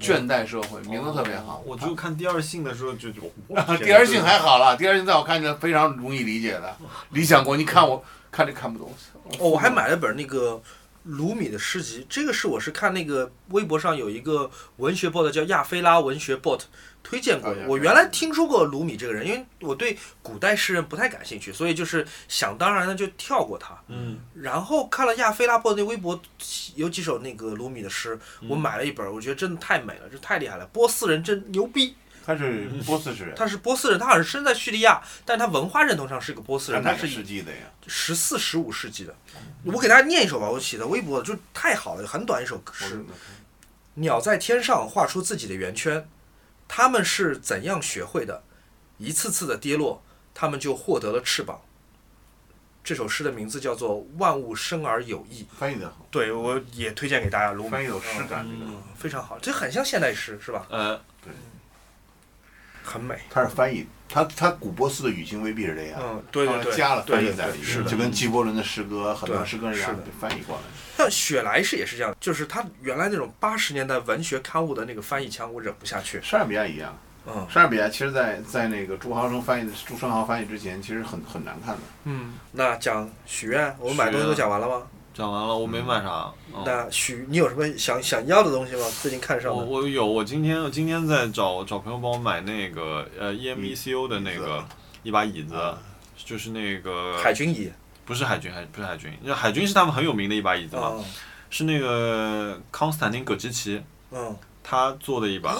S3: 倦怠社会名字特别好，
S2: 我就看第二性的时候就就，
S3: 啊 第二性还好了，第二性在我看起来非常容易理解的。理想国，你看我看这看不懂，
S1: 哦，我还买了本那个。鲁米的诗集，这个是我是看那个微博上有一个文学 bot 叫亚非拉文学 bot 推荐过的
S3: 啊。
S1: 我原来听说过鲁米这个人，因为我对古代诗人不太感兴趣，所以就是想当然的就跳过他。
S2: 嗯，
S1: 然后看了亚非拉 bot 那微博有几首那个鲁米的诗，我买了一本，我觉得真的太美了，这太厉害了，波斯人真牛逼。
S3: 他是波斯诗人，
S1: 他是波斯人，他好像生在叙利亚，但他文化认同上是个波斯人，他是
S3: 世纪的呀？
S1: 十四、十五世纪的。我给大家念一首吧，我写的微博就太好了，很短一首诗。鸟在天上画出自己的圆圈，他们是怎样学会的？一次次的跌落，他们就获得了翅膀。这首诗的名字叫做《万物生而有益》，
S3: 翻译的
S1: 嗯
S3: 好，
S6: 对，我也推荐给大家。鲁
S3: 翻
S6: 米
S3: 译有诗感，啊这个
S2: 嗯
S1: 非常好，这很像现代诗，是吧？
S2: 呃，
S1: 很美。
S3: 他是翻译，他他古波斯的语境未必是这样，
S6: 嗯，对
S3: 后
S6: 对
S3: 来
S6: 对，
S3: 加了翻
S6: 对
S3: 译
S6: 对
S3: 在
S6: 对
S3: 里
S6: 是
S3: 面，
S6: 的
S3: 就跟纪伯伦的诗歌，很多
S1: 对
S3: 诗歌一样
S1: 是的
S3: 被翻译过来。
S1: 像雪莱是也是这样，就是他原来那种八十年代文学刊物的那个翻译腔，我忍不下去。
S3: 莎士比亚一样，
S1: 嗯
S3: 莎士比亚其实在，在那个朱豪生翻译的朱生豪翻译之前，其实很很难看的。
S1: 嗯，那讲许愿，我们买东西都讲完了吗？
S2: 讲完了，我没买啥。嗯
S1: 那许你有什么想想要的东西吗？最近看上
S2: 我
S1: 的
S2: 我有，我今天我今天在找找朋友帮我买那个呃 EMECO 的那
S3: 椅
S2: 个
S3: 子啊
S2: 一把椅子，就是那个
S1: 海军椅
S2: 不是海军，还不是海军，因为海军是他们很有名的一把椅子嘛，
S1: 啊，
S2: 是那个康斯坦丁葛基奇
S1: 嗯，
S2: 他做的一把，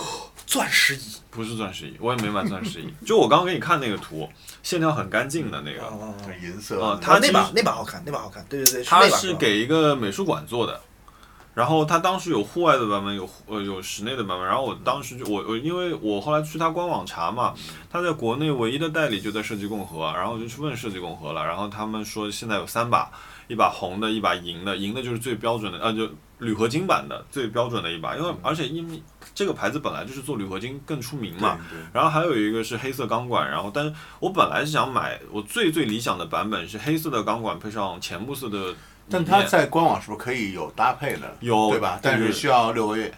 S1: 钻石椅，
S2: 不是钻石椅，我也没买钻石椅，就我刚刚给你看那个图，线条很干净的那
S1: 啊
S2: 个，
S1: 啊啊！
S3: 银色
S2: 啊
S3: 的
S2: 它
S1: 那
S2: 其
S1: 把
S2: 实
S1: 那把好看，那把好看，对对对，
S2: 他
S1: 那把
S2: 是给一个美术馆做的，然后它当时有户外的版本，有呃有室内的版本。然后我当时就我我因为我后来去它官网查嘛，它在国内唯一的代理就在设计共和，啊然后我就去问设计共和了，然后他们说现在有三把，一把红的，一把银的，银的就是最标准的，呃就铝合金版的最标准的一把，因为而且因为这个牌子本来就是做铝合金更出名嘛，
S3: 对
S2: 然后还有一个是黑色钢管，然后但是我本来是想买我最最理想的版本是黑色的钢管配上浅木色的。
S3: 但它在官网是不是可以有搭配的？
S2: 有
S3: 对吧？
S2: 对
S3: 但是需要六个月。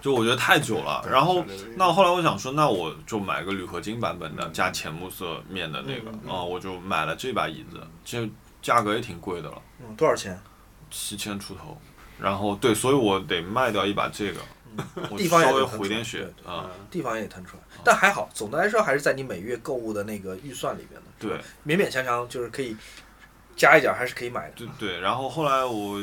S2: 就我觉得太久了。然后
S3: 对对对
S2: 那后来我想说，那我就买个铝合金版本的加浅木色面的那个
S4: 嗯嗯
S2: 啊、我就买了这把椅子，这价格也挺贵的了，
S4: 嗯，多少钱？
S2: 七千出头。然后对，所以我得卖掉一把这个，我
S4: 地方也
S2: 稍微
S4: 得腾出
S2: 回点
S4: 来
S2: 血
S4: 对
S2: 啊、
S1: 嗯
S4: 地方也腾出来，但还好，总的来说还是在你每月购物的那个预算里面的，
S2: 对
S4: 勉勉强强就是可以加一点，还是可以买的。
S2: 对对。然后后来我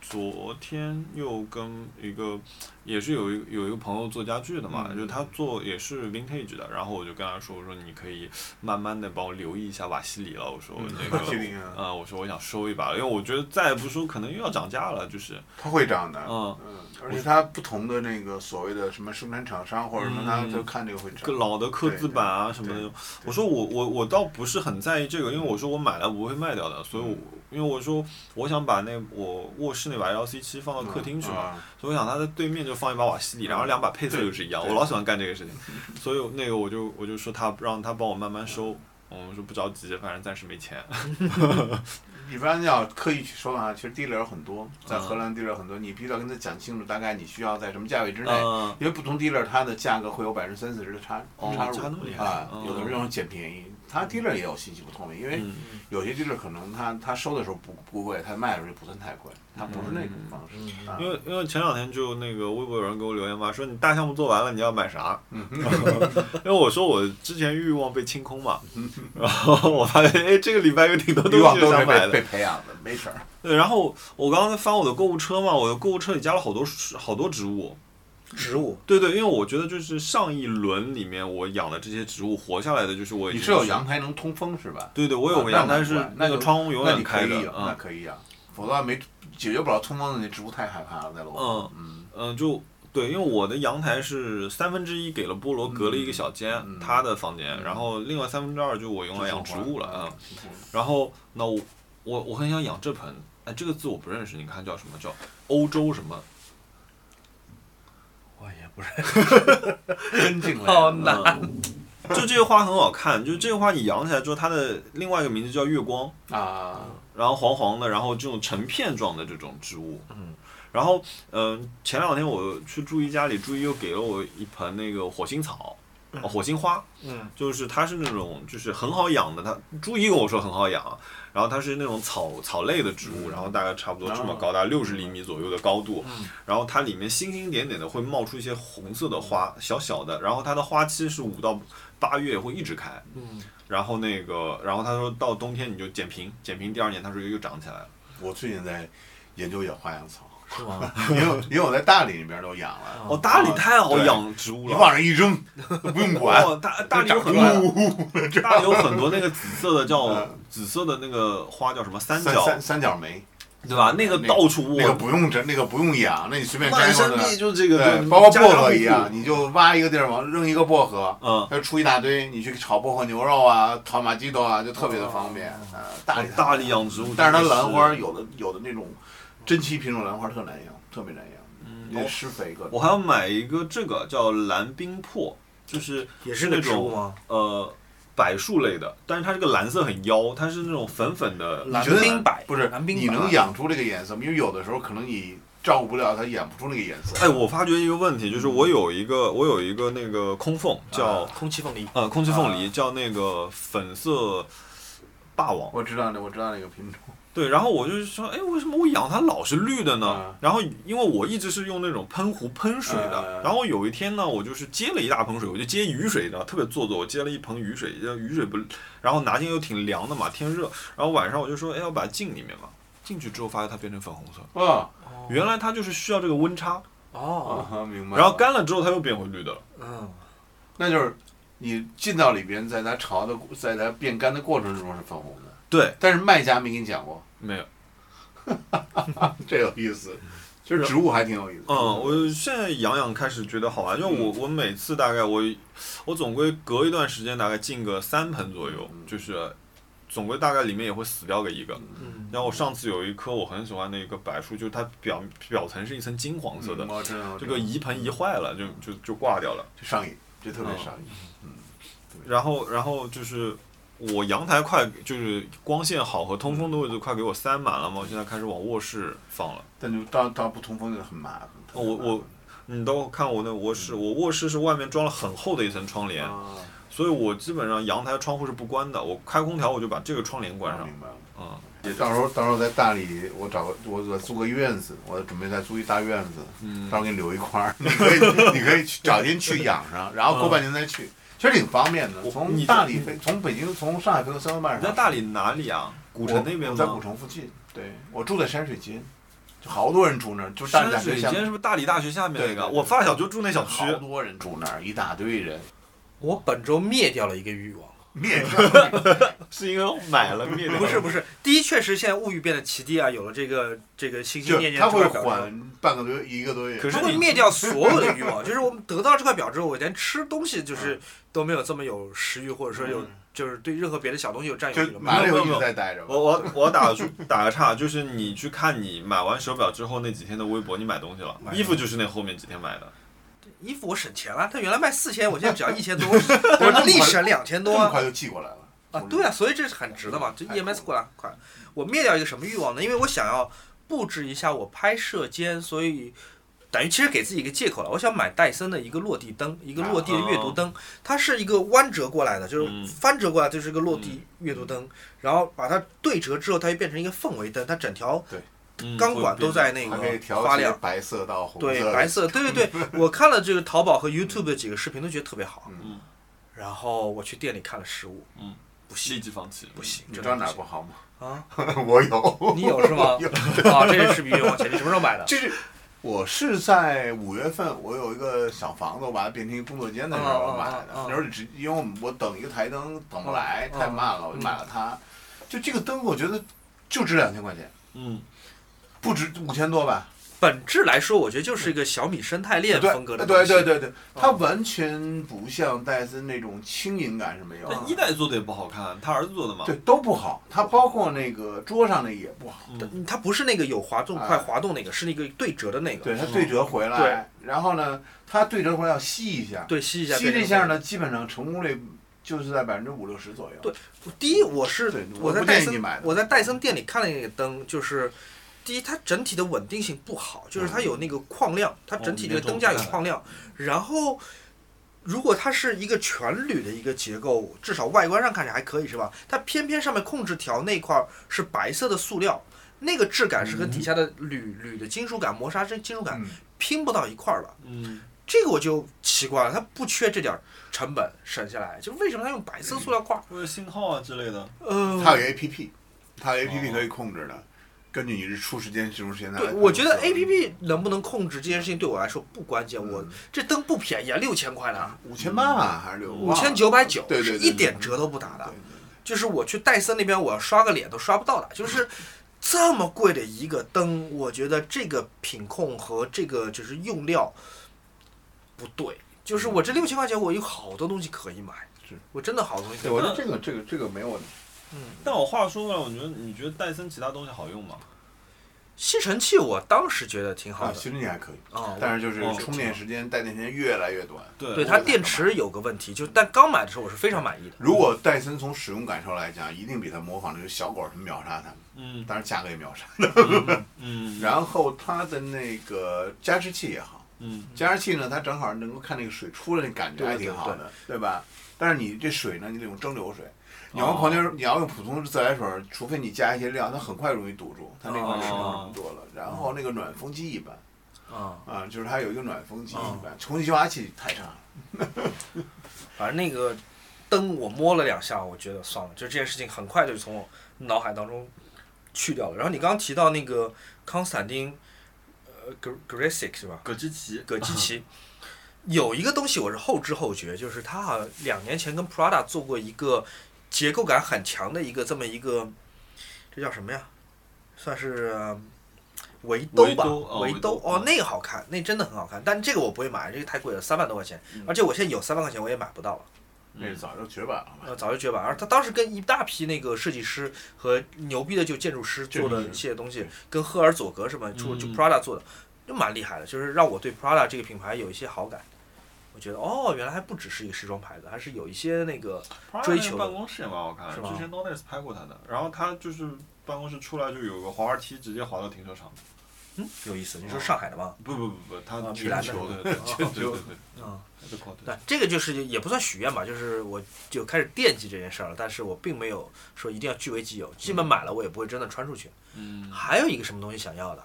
S2: 昨天又跟一个也是有一有一个朋友做家具的嘛，
S3: 嗯
S2: 就他做也是 vintage 的，然后我就跟他说，我说你可以慢慢的帮我留意一下瓦西里了，我说嗯 那个
S3: 瓦西里啊
S2: 呃，我说我想收一把，因为我觉得再不收可能又要涨价了，就是
S3: 它会涨的，
S2: 嗯，
S3: 而且它不同的那个所谓的什么生产厂商或者什么，它
S2: 嗯
S3: 就看这个会
S2: 个
S3: 涨。
S2: 老的刻字版啊什么
S3: 对
S2: 的
S3: 对。
S2: 我说我我我倒不是很在意这个，因为我说我买了不会卖掉的，所以我
S3: 嗯
S2: 因为我说我想把那我卧室那把 L C 七放到客厅去嘛，
S3: 啊
S2: 所以我想它在对面就放一把瓦西里，然后两把配色又是一样，
S3: 嗯对
S2: 我老喜欢干这个事情，所以那个我就我就说他让他帮我慢慢收。我说不着急，反正暂时没钱。
S3: 一般要刻意去收的话，其实地雷很多，在
S2: 嗯
S3: 荷兰地雷很多，你必须要跟他讲清楚，大概你需要在什么价 位之内，
S2: 嗯，
S3: 因为不同 dealer 它的价格会有百分之三四十的差
S2: 哦
S3: 差入
S2: 差那么厉害
S3: 啊，
S2: 嗯
S3: 有的人用捡便宜，它 dealer 也有信息不透明，因为
S2: 嗯
S3: 有些 dealer 可能他他收的时候不不贵，他卖的时候就不算太贵，他不是那种
S2: 嗯
S3: 方式。啊
S2: 因为因为前两天就那个微博有人给我留言嘛，说你大项目做完了，你要买啥？ 因为我说我之前欲望被清空嘛， 然后我发现哎，这个礼拜有挺多
S3: 嗯欲
S2: 东
S3: 望
S2: 西
S3: 都是
S2: 想买
S3: 被
S2: 的。
S3: 被培养的，没事儿。
S2: 对，然后我刚刚在翻我的购物车嘛，我的购物车里加了好多好多植物。
S4: 植物，
S2: 对对，因为我觉得就是上一轮里面我养的这些植物活下来的，就是我已
S3: 你
S2: 经
S3: 是有阳台能通风是吧？
S2: 对对，我
S3: 啊
S2: 有个阳
S3: 那
S2: 台
S3: 难
S2: 是
S3: 怪那
S2: 个
S3: 就
S2: 窗户永
S3: 那
S2: 远
S3: 你可
S2: 开
S3: 以
S2: 着
S3: 养，那
S2: 啊。
S3: 可以养，否则没解决不了通风的那植物太害怕了，在楼上。嗯
S2: 嗯，就对，因为我的阳台是三分之一给了菠萝，隔了一个小间，
S3: 嗯
S2: 他的房间，然后另外三分之二就我用来养植物了啊、嗯。然后那我我我很想养这盆，哎，这个字我不认识，你看叫什么？叫欧洲什么？
S4: 我也不是
S3: 真进来。
S1: 好难
S2: 嗯 就这个花很好看，就这个花你养起来之后，它的另外一个名字叫月光。
S3: 啊！
S2: 然后黄黄的，然后这种成片状的这种植物。嗯。然后，嗯、前两天我去朱一家里，朱一又给了我一盆那个火星草，哦、火星花。
S4: 嗯。
S2: 就是它是那种就是很好养的，它朱一跟我说很好养，然后它是那种草草类的植物，然后大概差不多这
S3: 哦
S2: 么高，大概六十厘米左右的高度。
S3: 嗯
S2: 然后它里面星星点点的会冒出一些红色的花，小小的，然后它的花期是五到八月会一直开。
S4: 嗯，
S2: 然后那个，然后他说到冬天你就剪平，剪平第二年他说又长起来了。
S3: 我最近在研究养花养草，
S4: 是 吗？
S3: 因为因为我在大理那边都养了，
S2: 哦，大理太好
S3: 对
S2: 养植物
S3: 你
S2: 了。
S3: 往上一扔，不用管。
S2: 哦，大大理有
S3: 长
S2: 很
S3: 出来了
S2: 多，大理有很多那个紫色的叫
S3: 嗯
S2: 紫色的那个花叫什么三
S3: 三
S2: 角，哦
S3: 三三角梅，
S2: 对吧？那个
S3: 那
S2: 到处
S3: 那个
S2: 我
S3: 不用整，那个不用养，那你随便摘
S2: 漫
S3: 过
S2: 山
S3: 来。
S2: 地就这个，
S3: 对，
S2: 就
S3: 包括
S2: 家
S3: 薄
S2: 家户
S3: 荷
S2: 户
S3: 一样，，你就挖一个地儿往扔一个薄荷，
S2: 嗯，
S3: 它出一大堆，你去炒薄荷牛肉啊，炒马鸡豆啊，就特别的方便。呃，大理
S2: 哦大理养植物，
S3: 但是它兰花
S2: 有，
S3: 有的有的那种珍稀品种兰花特难养，特别难
S2: 嗯
S3: 养，
S2: 哦
S3: 因为施肥各种。
S2: 我还要买一个这个叫蓝冰珀，就是
S4: 也是
S2: 那
S4: 个植物
S2: 种
S4: 吗？
S2: 呃柏树类的，但是它这个蓝色很妖，它是那种粉粉的
S3: 你
S4: 蓝
S3: 觉得
S4: 冰柏
S3: 不是
S4: 蓝冰柏
S3: 你能养出这个颜色吗？因为有的时候可能你照顾不了它，养不出那个颜色。
S2: 哎，我发觉一个问题，就是我有一个我有一个那个空缝叫、
S3: 啊
S4: 空气凤梨，
S2: 呃空气凤梨，叫那个粉色霸王。
S3: 我知道那我知道那个品种，
S2: 对，然后我就是说，哎，为什么我养它老是绿的呢？
S3: 啊
S2: 然后因为我一直是用那种喷壶喷水的，
S3: 啊
S2: 然后有一天呢，我就是接了一大盆水，我就接雨水的，特别做作，我接了一盆雨水，呃雨水不，然后拿进又挺凉的嘛，天热，然后晚上我就说，哎，要把它浸里面嘛，进去之后发现它变成粉红色，
S3: 啊
S2: 原来它就是需要这个温差，
S4: 哦，
S3: 啊，明白了。
S2: 然后干了之后它又变回绿的了。
S1: 啊
S4: 嗯，
S3: 那就是你进到里边，在它潮的，在它变干的过程中是粉红的，
S2: 对，
S3: 但是卖家没跟你讲过，
S2: 没有，
S3: 这有意思。其实植物还挺有意思。
S2: 嗯，我现在养养开始觉得好玩，因为
S3: 嗯
S2: 我我每次大概我我总归隔一段时间大概进个三盆左右，
S3: 嗯
S2: 就是总归大概里面也会死掉个一个。
S1: 嗯，
S2: 然后我上次有一棵我很喜欢的一个柏树，就是它表表层是一层金黄色的，
S3: 嗯，真的
S2: 这个移盆移坏了，就就就挂掉了。
S3: 这上瘾，这特别上瘾。
S2: 然后然后就是我阳台快就是光线好和通风的位置快给我塞满了嘛，我现在开始往卧室放了。
S3: 但就当当不通风就很麻烦。
S2: 哦我我你都看我那卧室，我卧室是外面装了很厚的一层窗帘，
S3: 嗯啊，
S2: 所以我基本上阳台窗户是不关的，我开空调我就把这个窗帘关上。
S3: 明白了。
S2: 嗯，
S3: 到时候到时候在大理，我找个我我租个院子，我准备再租一大院子，
S2: 嗯
S3: 到时候给你留一块儿，你可以你可以去找天去养上，然后过半年再去，其实挺方便的。
S2: 嗯我
S3: 从
S2: 你
S3: 大理飞，从北京从上海飞到三环半
S2: 你
S3: 上。
S2: 在大理哪里啊？古城那边吗？
S3: 我在古城附近，对我住在山水间，就好多人住那儿，就是大
S2: 山
S3: 家
S2: 水
S3: 下
S2: 间
S3: 面
S2: 是不是大理大学下面那
S3: 对
S2: 个？
S3: 对对
S2: 我发小就住那小区
S3: 好。多人住那儿，一大 堆人
S1: 我本周灭掉了一个欲望。
S3: 灭掉。
S2: 是因为我买了灭 掉。
S1: 不是不是，第一确实现在物欲变得奇低啊，有了这个这个心心
S3: 就
S1: 念念
S3: 他
S1: 这
S3: 会
S1: 块表之后，
S3: 缓半个多月，一个多月。
S2: 可是
S1: 它会
S2: 你
S1: 灭掉所有的欲望。就是我们得到这块表之后，我连吃东西就是都没有这么有食欲，或者说有
S3: 嗯
S1: 就是对任何别的小东西有占有欲
S3: 就
S1: 了
S3: 马
S1: 嘛。
S3: 上又一直在待着吧
S2: 我。我我打个打个岔，就是你去看你买完手表之后那几天的微博，你买东西了，
S1: 买了
S2: 衣服就是那后面几天买的。
S1: 衣服我省钱了，它原来卖四千，我现在只要一千多，我力省两千
S3: 这
S1: 多
S3: 么
S1: 啊。
S3: 快就寄过来了
S1: 啊，对啊，，所以这是很值的嘛，这 E EMS 过来很快。我灭掉一个什么欲望呢？因为我想要布置一下我拍摄间，所以等于其实给自己一个借口了。我想买戴森的一个落地灯，一个落地的阅读
S3: 啊
S1: 灯，它是一个弯折过来的，就是
S2: 嗯
S1: 翻折过来就是一个落地
S3: 嗯
S1: 阅读灯，然后把它对折之后，它就变成一个氛围灯，它整条
S2: 嗯
S1: 钢管都在那
S3: 还可以
S1: 个
S3: 调
S1: 发
S3: 节
S1: 亮。
S3: 白色到红色。
S1: 对，白色，对对对，我看了这个淘宝和 YouTube 的几个视频，都觉得特别好。
S3: 嗯
S1: 然后我去店里看了实物，
S2: 嗯，
S1: 不
S2: 会立
S1: 行
S2: 即放弃。
S1: 不行，
S3: 嗯你
S1: 真
S3: 知
S1: 的
S3: 道
S1: 不
S3: 哪儿
S1: 行
S3: 不 好吗？
S1: 啊？
S3: 我有，
S1: 你有是吗？啊，这是比冤枉钱，你什么时候买的？
S3: 就是我是在五月份，我有一个小房子，我把它变成一个工作间的时候
S1: 哦哦
S3: 我买的
S1: 哦哦。
S3: 那时候只因为我们我等一个台灯等不来，
S1: 哦
S3: 太慢了，我就买了它。就这个灯，我觉得就值两千块钱，
S2: 嗯，
S3: 不值五千多吧？
S1: 本质来说，我觉得就是一个小米生态链
S3: 对
S1: 风格的
S3: 对
S1: 东
S3: 对
S1: 西。哦
S3: 对对，它完全不像戴森那种轻盈感是没有的。
S2: 但一代做的也不好看，他儿子做的嘛。
S3: 啊对，都不好。它包括那个桌上那也不好，
S2: 嗯，
S1: 它不是那个有滑动快
S3: 哎
S1: 滑动那个，是那个对折的那个。
S3: 对，它对折回来，然后呢，它对折回来要吸一下，
S1: 对，吸一下。
S3: 吸这下？呢，基本上成功率就是在百分之五六十左右。
S1: 对第一，我是
S3: 对
S1: 我
S3: 我
S1: 在
S3: 不
S1: 戴
S3: 建议你
S1: 森
S3: 买，的
S1: 我在戴森店里看了那个灯，就是第一，它整体的稳定性不好，就是它有那个框亮，它整体这个灯架有框亮，然后。如果它是一个全铝的一个结构，至少外观上看着还可以，是吧？它偏偏上面控制条那块儿是白色的塑料，那个质感是跟底下的铝铝的金属感摩擦这金属感
S3: 嗯，
S1: 拼不到一块儿了。
S2: 嗯，
S1: 这个我就奇怪了，它不缺这点儿成本省下来，就为什么它用白色塑料块儿？
S2: 或者信号啊之类的。
S1: 呃，
S3: 嗯它有 A P P，它有 A P
S2: 哦
S3: P 可以控制的，根据你日出时间、进入时间来
S1: 对，
S3: 看。
S1: 我觉得 A P P 能不能控制这件事情对我来说不关键。我
S3: 嗯
S1: 这灯不便宜啊，六千块呢，
S3: 五千八吧，还是六
S1: 五千九百九，
S3: 对对
S1: 是
S3: 对
S1: 一点折都不打的。就是我去戴森那边，我要刷个脸都刷不到的。就是这么贵的一个灯，我觉得这个品控和这个就是用料不对。就是我这六千块钱，我有好多东西可以买
S3: 嗯是，
S1: 我真的好多东西可
S3: 对，
S1: 以买。
S3: 我觉得这个这个这个没有问题。
S2: 但我话说回来，我觉得你觉得戴森其他东西好用吗？
S1: 吸尘器我当时觉得挺好
S3: 啊，
S1: 的
S3: 其实你还可以，
S1: 啊，我
S3: 但是就是
S2: 哦
S3: 充电时间、带电时间越来越短。
S2: 对
S1: 对
S2: 我
S1: 它电池有个问题，就是但刚买的时候我是非常满意的。
S3: 如果戴森从使用感受来讲，一定比它模仿这个小狗儿什么秒杀它们，
S2: 嗯
S3: 当然价格也秒杀。
S2: 嗯
S3: 然后它的那个加湿器也好，
S2: 嗯
S3: 加湿器呢，它正好能够看那个水出来那感觉
S1: 对
S3: 还
S1: 对
S3: 挺
S1: 对
S3: 好的，对吧？但是你这水呢，你得用蒸馏水。你要
S2: 哦
S3: 用矿泉水，你要用普通的自来水，除非你加一些料，它很快容易堵住，它那
S2: 哦
S3: 块水就容易多了。然后那个暖风机一般
S1: 啊，
S3: 啊，就是它有一个暖风机
S1: 哦
S3: 一般，空气净化器太差了。
S1: 反正那个灯我摸了两下，我觉得算了，就这件事情很快就从我脑海当中去掉了。然后你刚刚提到那个康斯坦丁，呃，Gr-，Grasic 是吧？
S2: 葛之奇，
S1: 葛基奇， 有一个东西我是后知后觉，就是他好像两年前跟 Prada 做过一个结构感很强的一个这么一个，这叫什么呀？
S4: 算是呃围兜吧
S2: 围兜，哦
S4: 围兜
S2: 围兜
S4: 哦，那个好看，那真的很好看，但这个我不会买，这个太贵了，三万多块钱，而且我现在有三万块钱我也买不到了，
S3: 那早就绝版了嘛。
S4: 呃，
S1: 嗯
S4: 早就绝版。而他当时跟一大批那个设计师和牛逼的就建筑师做的
S3: 建筑
S4: 一
S3: 师
S4: 些东西，跟赫尔佐格什么就就
S2: 嗯
S4: Prada 做的，就蛮厉害的，就是让我对 Prada 这个品牌有一些好感。我觉得哦，原来还不只是一个时装牌子，还是有一些那个追求的
S2: 办公室也蛮好看，
S4: 是吧
S2: 之前 Donis 拍过他的，然后他就是办公室出来就有个滑滑梯，直接滑到停车场。
S4: 嗯有意思。你说上海的吗？
S2: 不不不不，他
S4: 啊米
S2: 全
S4: 兰
S2: 球
S4: 的
S2: 的，对哦对对对
S4: 嗯，
S2: 对，是靠对。
S4: 对，这个就是也不算许愿吧，就是我就开始惦记这件事儿了，但是我并没有说一定要据为己有，基本买了我也不会真的穿出去。
S2: 嗯，
S4: 还有一个什么东西想要的？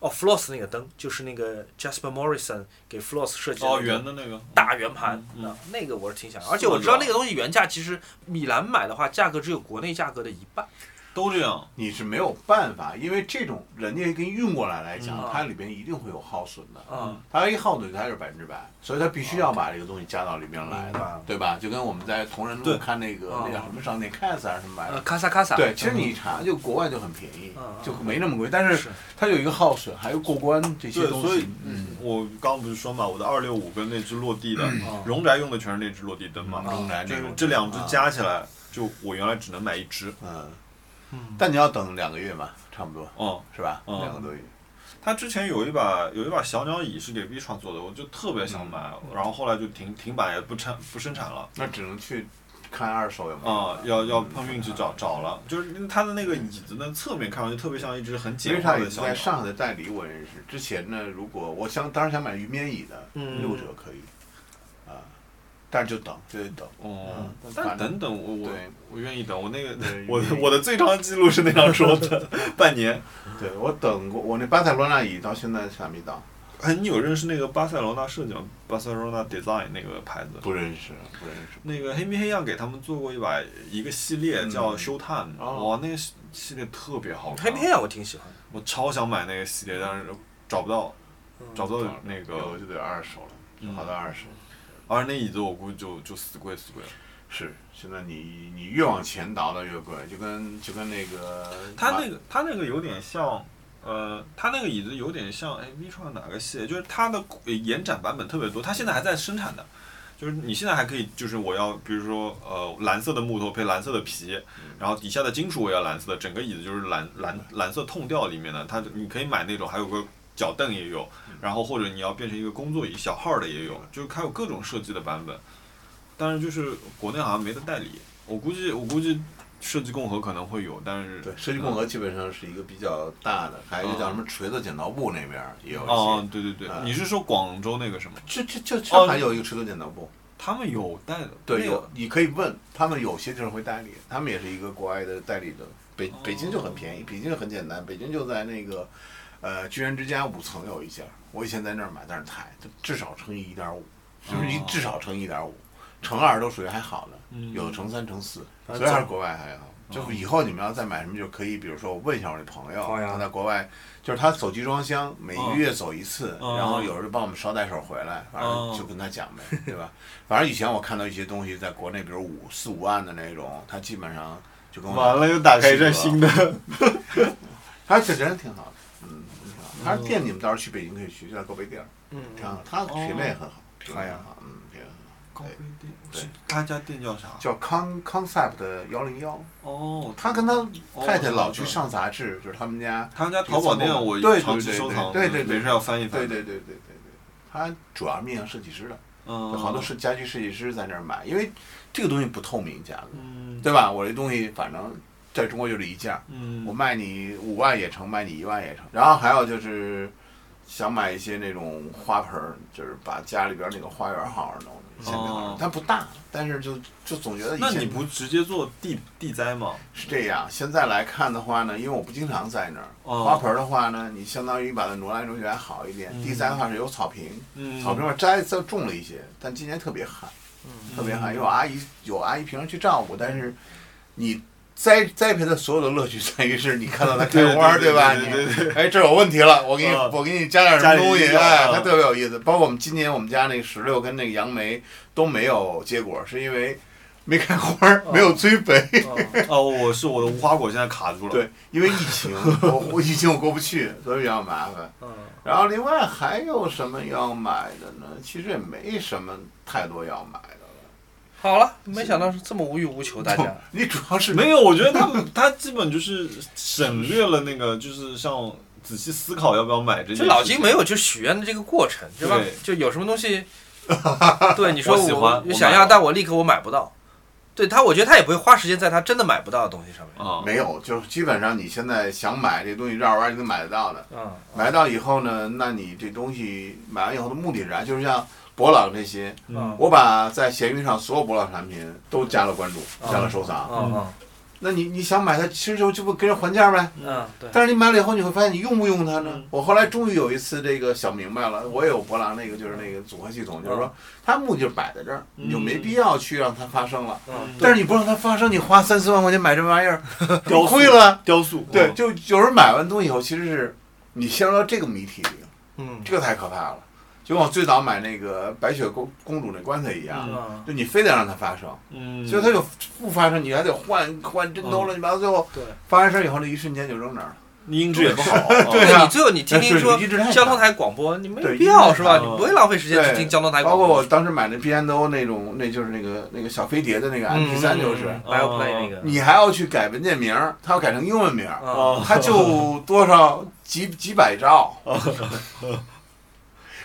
S4: 哦，Floss 那个灯，就是那个 Jasper Morrison 给 Floss 设计的那
S2: 哦，
S4: 个
S2: 圆的那个
S4: 大圆盘，
S2: 嗯嗯
S4: 那那个我是挺想要，而且我知道那个东西原价其实米兰买的话，价格只有国内价格的一半。
S2: 都这样，
S3: 你是没有办法，因为这种人家跟运过来来讲，
S4: 嗯
S3: 它里边一定会有耗损的。
S4: 嗯，
S3: 它一耗损，它就是百分之百，所以它必须要把这个东西加到里边来
S4: 明白了
S3: 的，对吧？就跟我们在同仁路
S2: 对
S3: 看那个
S4: 嗯
S3: 那叫什么商店 Cas 还是什么玩意
S4: 呃，
S3: 儿，
S4: 卡萨卡萨。
S3: 对，其实你一查就国外就很便宜
S4: 嗯，嗯
S3: 就没那么贵，但是
S4: 是
S3: 它有一个耗损，还有过关这些
S2: 对，
S3: 东
S2: 所以
S3: 西。嗯，
S2: 我刚不是说嘛，我的二六五跟那只落地的
S4: 嗯
S2: 荣宅用的全是那只落地灯嘛，
S3: 中南
S2: 就
S3: 这
S2: 是
S3: 种
S2: 嗯哦这两只加起来，就我原来只能买一只，
S3: 嗯，
S4: 嗯
S3: 但你要等两个月嘛，差不多
S2: 嗯，
S3: 是吧？
S2: 嗯
S3: 两个多月。
S2: 他之前有一把有一把小鸟椅是给 V 创做的，我就特别
S4: 嗯
S2: 想买，然后后来就停停摆也不产不生产了。
S3: 那只能去看二手有没有。
S2: 啊、要要碰运气找找了，就是它的那个椅子的侧面看上去特别像一只很
S3: 因为
S2: 简化
S3: 它也
S2: 的
S3: 是
S2: 小
S3: 在
S2: 鸟。
S3: 上海的代理，我认识。之前呢，如果我想当时想买鱼面椅的，
S4: 嗯
S3: 六折可以，啊，但是就等，就得等。
S2: 哦
S3: 嗯，
S2: 但
S3: 反正
S2: 等等我我
S3: 对
S2: 我愿意等，我那个
S3: 对
S2: 我
S3: 愿意
S2: 我的最长记录是那张桌 子半年。
S3: 对我等过，我那巴塞罗那椅到现在还没到，
S2: 哎，你有认识那个巴塞罗那设计吗？巴塞罗那 design 那个牌子，
S3: 不认识，不认识。
S2: 那个黑米黑样给他们做过一把一个系列叫
S3: 嗯
S2: 休探，
S3: 哦
S2: 哇，那个系系列特别好看。
S4: 黑皮啊，我挺喜欢的。
S2: 我超想买那个系列，但是找不到，
S4: 嗯
S2: 找不到那
S3: 有
S2: 个，
S3: 就得二手了，
S2: 嗯
S3: 跑到二手。
S2: 而那椅子我估计就就死贵死贵了。
S3: 是，现在你你越往前倒的越贵，就跟就跟那个
S2: 它那个它那个有点像，呃，它那个椅子有点像，哎，V 创哪个系列？就是它的呃延展版本特别多，它现在还在生产的。就是你现在还可以，就是我要，比如说，呃，蓝色的木头配蓝色的皮，然后底下的金属我要蓝色的，整个椅子就是蓝蓝蓝色痛调里面的，它你可以买那种，还有个脚凳也有，然后或者你要变成一个工作椅小号的也有，就是它有各种设计的版本。但是就是国内好像没得代理，我估计我估计设计共和可能会有，但是
S3: 对，设计共和基本上是一个比较大的，还有一个叫什么锤子剪刀布那边儿也有一
S2: 哦
S3: 些。，
S2: 对对对
S3: 啊，
S2: 你是说广州那个什么？
S3: 这这就上海有一个锤子剪刀布，
S2: 他们有代的，
S3: 对，
S2: 那
S3: 有
S2: 个
S3: 你可以问他们，有些地方会代理，他们也是一个国外的代理的。北
S2: 哦
S3: 北京就很便宜，北京就很简单，北京就在那个，呃，居然之家五层有一家，我以前在那儿买，但是太就至少乘以一点五，就是一
S2: 哦
S3: 至少乘一点五，乘二都属于还好的，
S2: 嗯哦
S3: 有的乘三乘四，
S4: 反正
S3: 所以还是
S4: 总
S3: 国外还好。就以后你们要再买什么，就可以，比如说我问一下我那朋友，啊
S2: 哦
S4: 好呀
S3: 他在国外，就是他走集装箱，每一
S2: 嗯
S3: 月走一次，
S2: 嗯
S3: 然后有时候就帮我们捎带手回来，反正
S2: 哦
S3: 就跟他讲呗，对吧？反正以前我看到一些东西，在国内，比如五四五万的那种，他基本上就跟我
S2: 完了又打开一扇新的，
S3: 他这人挺好的，嗯，挺好的。他说店你们到时候去北京可以去，就在高碑店儿，
S4: 嗯，
S3: 挺好的。他品类也很好，品类
S4: 哎
S3: 很
S4: 呀
S3: 好，嗯，品类很好。
S2: 高碑店
S3: 对
S2: 是他家店叫啥？
S3: 叫康 Concept 幺零幺，
S2: 哦，
S3: 他跟他
S2: 哦
S3: 太太老去
S2: 对
S3: 上杂志，就是他们家，
S2: 他们家淘宝店我
S3: 对对
S2: 长期收藏，
S3: 对对对对
S2: 没事要翻一翻。
S3: 对对对对对对，他主要面向设计师的。
S2: 嗯，
S3: 有好多设家居设计师在那儿买，因为这个东西不透明价格，
S2: 嗯
S3: 对吧？我这东西反正在中国就这一件儿，
S2: 嗯，
S3: 我卖你五万也成，卖你一万也成。然后还有就是想买一些那种花盆儿，就是把家里边儿那个花园好好弄，现在好
S2: 哦
S3: 它不大，但是就就总觉得以
S2: 那
S3: 前
S2: 你不直接做地地栽吗？
S3: 是这样。现在来看的话呢，因为我不经常在那儿，
S2: 哦
S3: 花盆儿的话呢，你相当于把它挪来挪去还好一点。
S2: 嗯
S3: 第三的话是有草坪，
S2: 嗯，
S3: 草坪上摘的种了一些，但今年特别旱。
S4: 嗯
S3: 特别好，有阿姨有阿姨平常去照顾，但是你栽栽培的所有的乐趣在于是你看到它开 花，
S2: 对对对
S3: 吧？
S2: 对
S3: 你
S2: 对对
S3: 哎，这有问题了，我给你
S2: 嗯
S3: 我给你加点什么东西，
S2: 加点
S3: 哎
S2: 料，嗯
S3: 它特别有意思。包括我们今年我们家那个石榴跟那个杨梅都没有结果，是因为没开花儿，没有追肥。
S4: 嗯
S2: 哦，我是我的无花果现在卡住了。，
S3: 对，因为疫情，我 我疫情我过不去，所以比较麻烦。
S7: 嗯，
S3: 然后另外还有什么要买的呢？其实也没什么太多要买的了。
S1: 好了，没想到是这么无欲无求，大家。
S3: 你主要是
S2: 没有，我觉得他们他基本就是省略了那个，就是像仔细思考要不要买这件事
S1: 就
S2: 情。
S1: 老金没有就许愿的这个过程，对吧
S2: 对？
S1: 就有什么东 西，对你说
S2: 我喜欢我买
S1: 想要，
S2: 了
S1: 但我立刻我买不到。对他，我觉得他也不会花时间在他真的买不到的东西上面。
S2: 啊，
S3: 没有，就是基本上你现在想买这东西绕着弯儿就能买得到的。
S1: 嗯，
S3: 买到以后呢，那你这东西买完以后的目的是啥？就是像博朗这些，
S1: 嗯
S3: 我把在闲鱼上所有博朗产品都加了关注，
S1: 啊
S3: 加了收藏。
S1: 嗯
S3: 那你你想买它，其实就就不跟人还价呗。
S1: 嗯嗯，对，
S3: 但是你买了以后，你会发现你用不用它呢
S2: 嗯？
S3: 我后来终于有一次这个想明白了，我也有博朗那个就是那个组合系统，就是
S1: 嗯
S3: 说它目的就摆在这儿，
S2: 嗯
S3: 你就没必要去让它发生了。
S1: 嗯
S3: 但是你不让它发生，你花三四万块钱买这玩意儿，
S2: 雕塑
S3: 就亏了。
S2: 雕塑
S3: 对，
S1: 嗯
S3: 就有人买完东西以后，其实是你陷入到这个谜题里，
S1: 嗯
S3: 这个太可怕了。就跟我最早买那个白雪公公主那棺材一样，
S1: 嗯，
S3: 就你非得让它发生，
S2: 嗯，
S3: 所以它就不发生，你还得换换针头乱七八糟，最后
S1: 嗯对
S3: 发完事儿以后，那一瞬间就扔那儿了。
S2: 你音质也不 好。
S3: 对
S1: 对
S3: 啊
S1: 你最后你听听说
S3: 是一直在看
S1: 交通台广播，你没
S3: 对
S1: 必要是吧？
S2: 一
S1: 你
S2: 直在看
S1: 不会浪费时间去
S3: 对
S1: 听交通台
S3: 包
S1: 广
S3: 括我
S1: 播。
S3: 当时买那 B N O 那种，那就是那个那个小飞碟的那个 M P 三，就是、
S2: 嗯嗯嗯
S1: BioPlay 那个，
S3: 你还要去改文件名儿，它要改成英文名儿，
S1: 啊，
S2: 啊
S3: 它就多少几几百兆，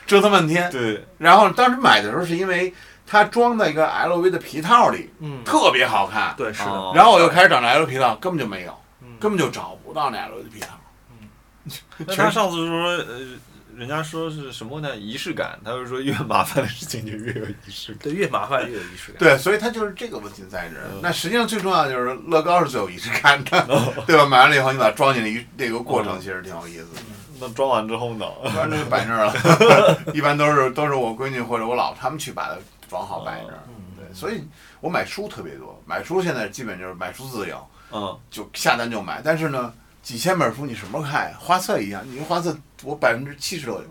S3: 折腾半天。
S2: 哦 对，
S3: 然后当时买的时候是因为它装在一个 L V 的皮套里，
S1: 嗯，
S3: 特别好看。
S1: 对，是的，
S2: 哦
S3: 然后我又开始找那 L 皮套，根本就没有，
S1: 嗯
S3: 根本就找不到那 L 皮套。
S2: 那
S3: 全
S2: 他上次说，呃，人家说是什么呢？仪式感，他就说越麻烦的事情就越有仪式感。
S1: 对，越麻烦越有仪式感。
S3: 对，所以它就是这个问题在这儿。
S1: 嗯
S3: 那实际上最重要的就是乐高是最有仪式感的，
S1: 哦
S3: 对吧？买完了以后你把它装进来，一那个过程其实挺有意思的。
S2: 那装完之后呢？
S3: 反正就摆 那儿了，一般都是都是我闺女或者我老婆他们去把它装好摆那儿。
S2: 哦
S3: 对，所以我买书特别多，买书现在基本就是买书自由，
S2: 嗯，
S3: 就下单就买。但是呢，几千本书你什么时候看呀？花册一样，你花册我百分之七十都有。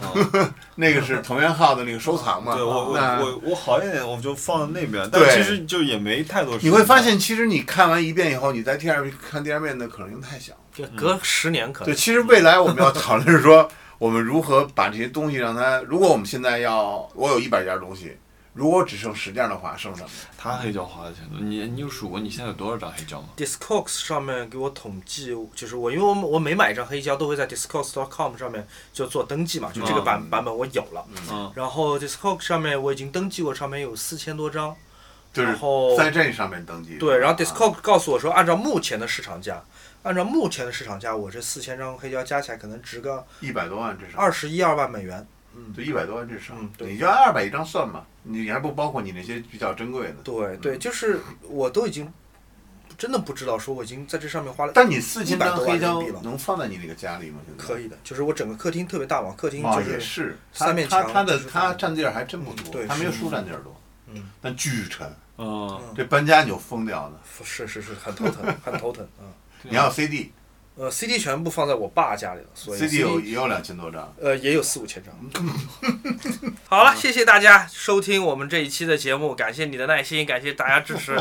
S2: 嗯
S3: 那个是藤原浩的那个收藏嘛？
S2: 对我我
S3: 那
S2: 我我好一点，我就放在那边，但
S3: 对
S2: 其实就也没太多时间。
S3: 你会发现，其实你看完一遍以后，你在第二遍看第二遍的可能性太小了。
S1: 就隔十年可
S3: 对，
S1: 能，
S3: 其实未来我们要讨论是 说，我们如何把这些东西让它，如果我们现在要，我有一百件东西，如果只剩十件的话，剩什么？
S2: 他黑胶花的钱多，你你有数过你现在有多少张黑胶吗？
S1: Discogs 上面给我统计，就是我因为我我每买一张黑胶都会在 Discogs.com 上面就做登记嘛，就这个版、
S3: 嗯
S1: 版本我有了。
S2: 嗯，
S1: 然后 Discogs 上面我已经登记过，上面有四千多张。
S3: 就是
S1: 然后
S3: 在这上面登记。
S1: 对，然后
S3: 啊
S1: Discogs 告诉我说，按照目前的市场价，按照目前的市场价，我这四千张黑胶加起来可能值个
S3: 一百多万至少，
S1: 二十一二万美元。
S3: 就一百多万至少
S1: 嗯，对
S3: 你就按二百一张算嘛，你还不包括你那些比较珍贵的。
S1: 对对，就是我都已经真的不知道，说我已经在这上面花了。
S3: 但你四千
S1: 100
S3: 张
S1: 多万
S3: 黑
S1: 人
S3: 胶
S1: 民币了
S3: 能放在你那个家里吗？现在
S1: 可以的，就是我整个客厅特别大嘛，客厅
S3: 哦，
S1: 就是
S3: 也是，
S1: 三
S3: 它
S1: 面
S3: 它
S1: 墙
S3: 它
S1: 就
S3: 的
S1: 是
S3: 它占地儿还真不
S1: 嗯
S3: 多，
S1: 对
S3: 它没有
S1: 是
S3: 书占地儿多，
S1: 嗯，
S3: 但巨沉，
S2: 嗯，
S3: 这搬家你就疯掉了。
S1: 是是是，很头疼，很头疼啊。嗯
S2: 对啊
S3: 你还有 CD，CD
S1: 呃，CD 全部放在我爸家里了，所以
S3: 有也有两千多张。
S1: 呃也有四五千张。 好了，谢谢大家收听我们这一期的节目，感谢你的耐心，感谢大家支持。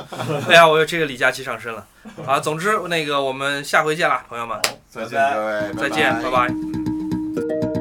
S1: 哎呀，我有这个李佳琦上身了啊！总之，那个我们下回见啦，朋友们，
S3: 再见，各位，
S1: 再见，拜拜。
S3: 嗯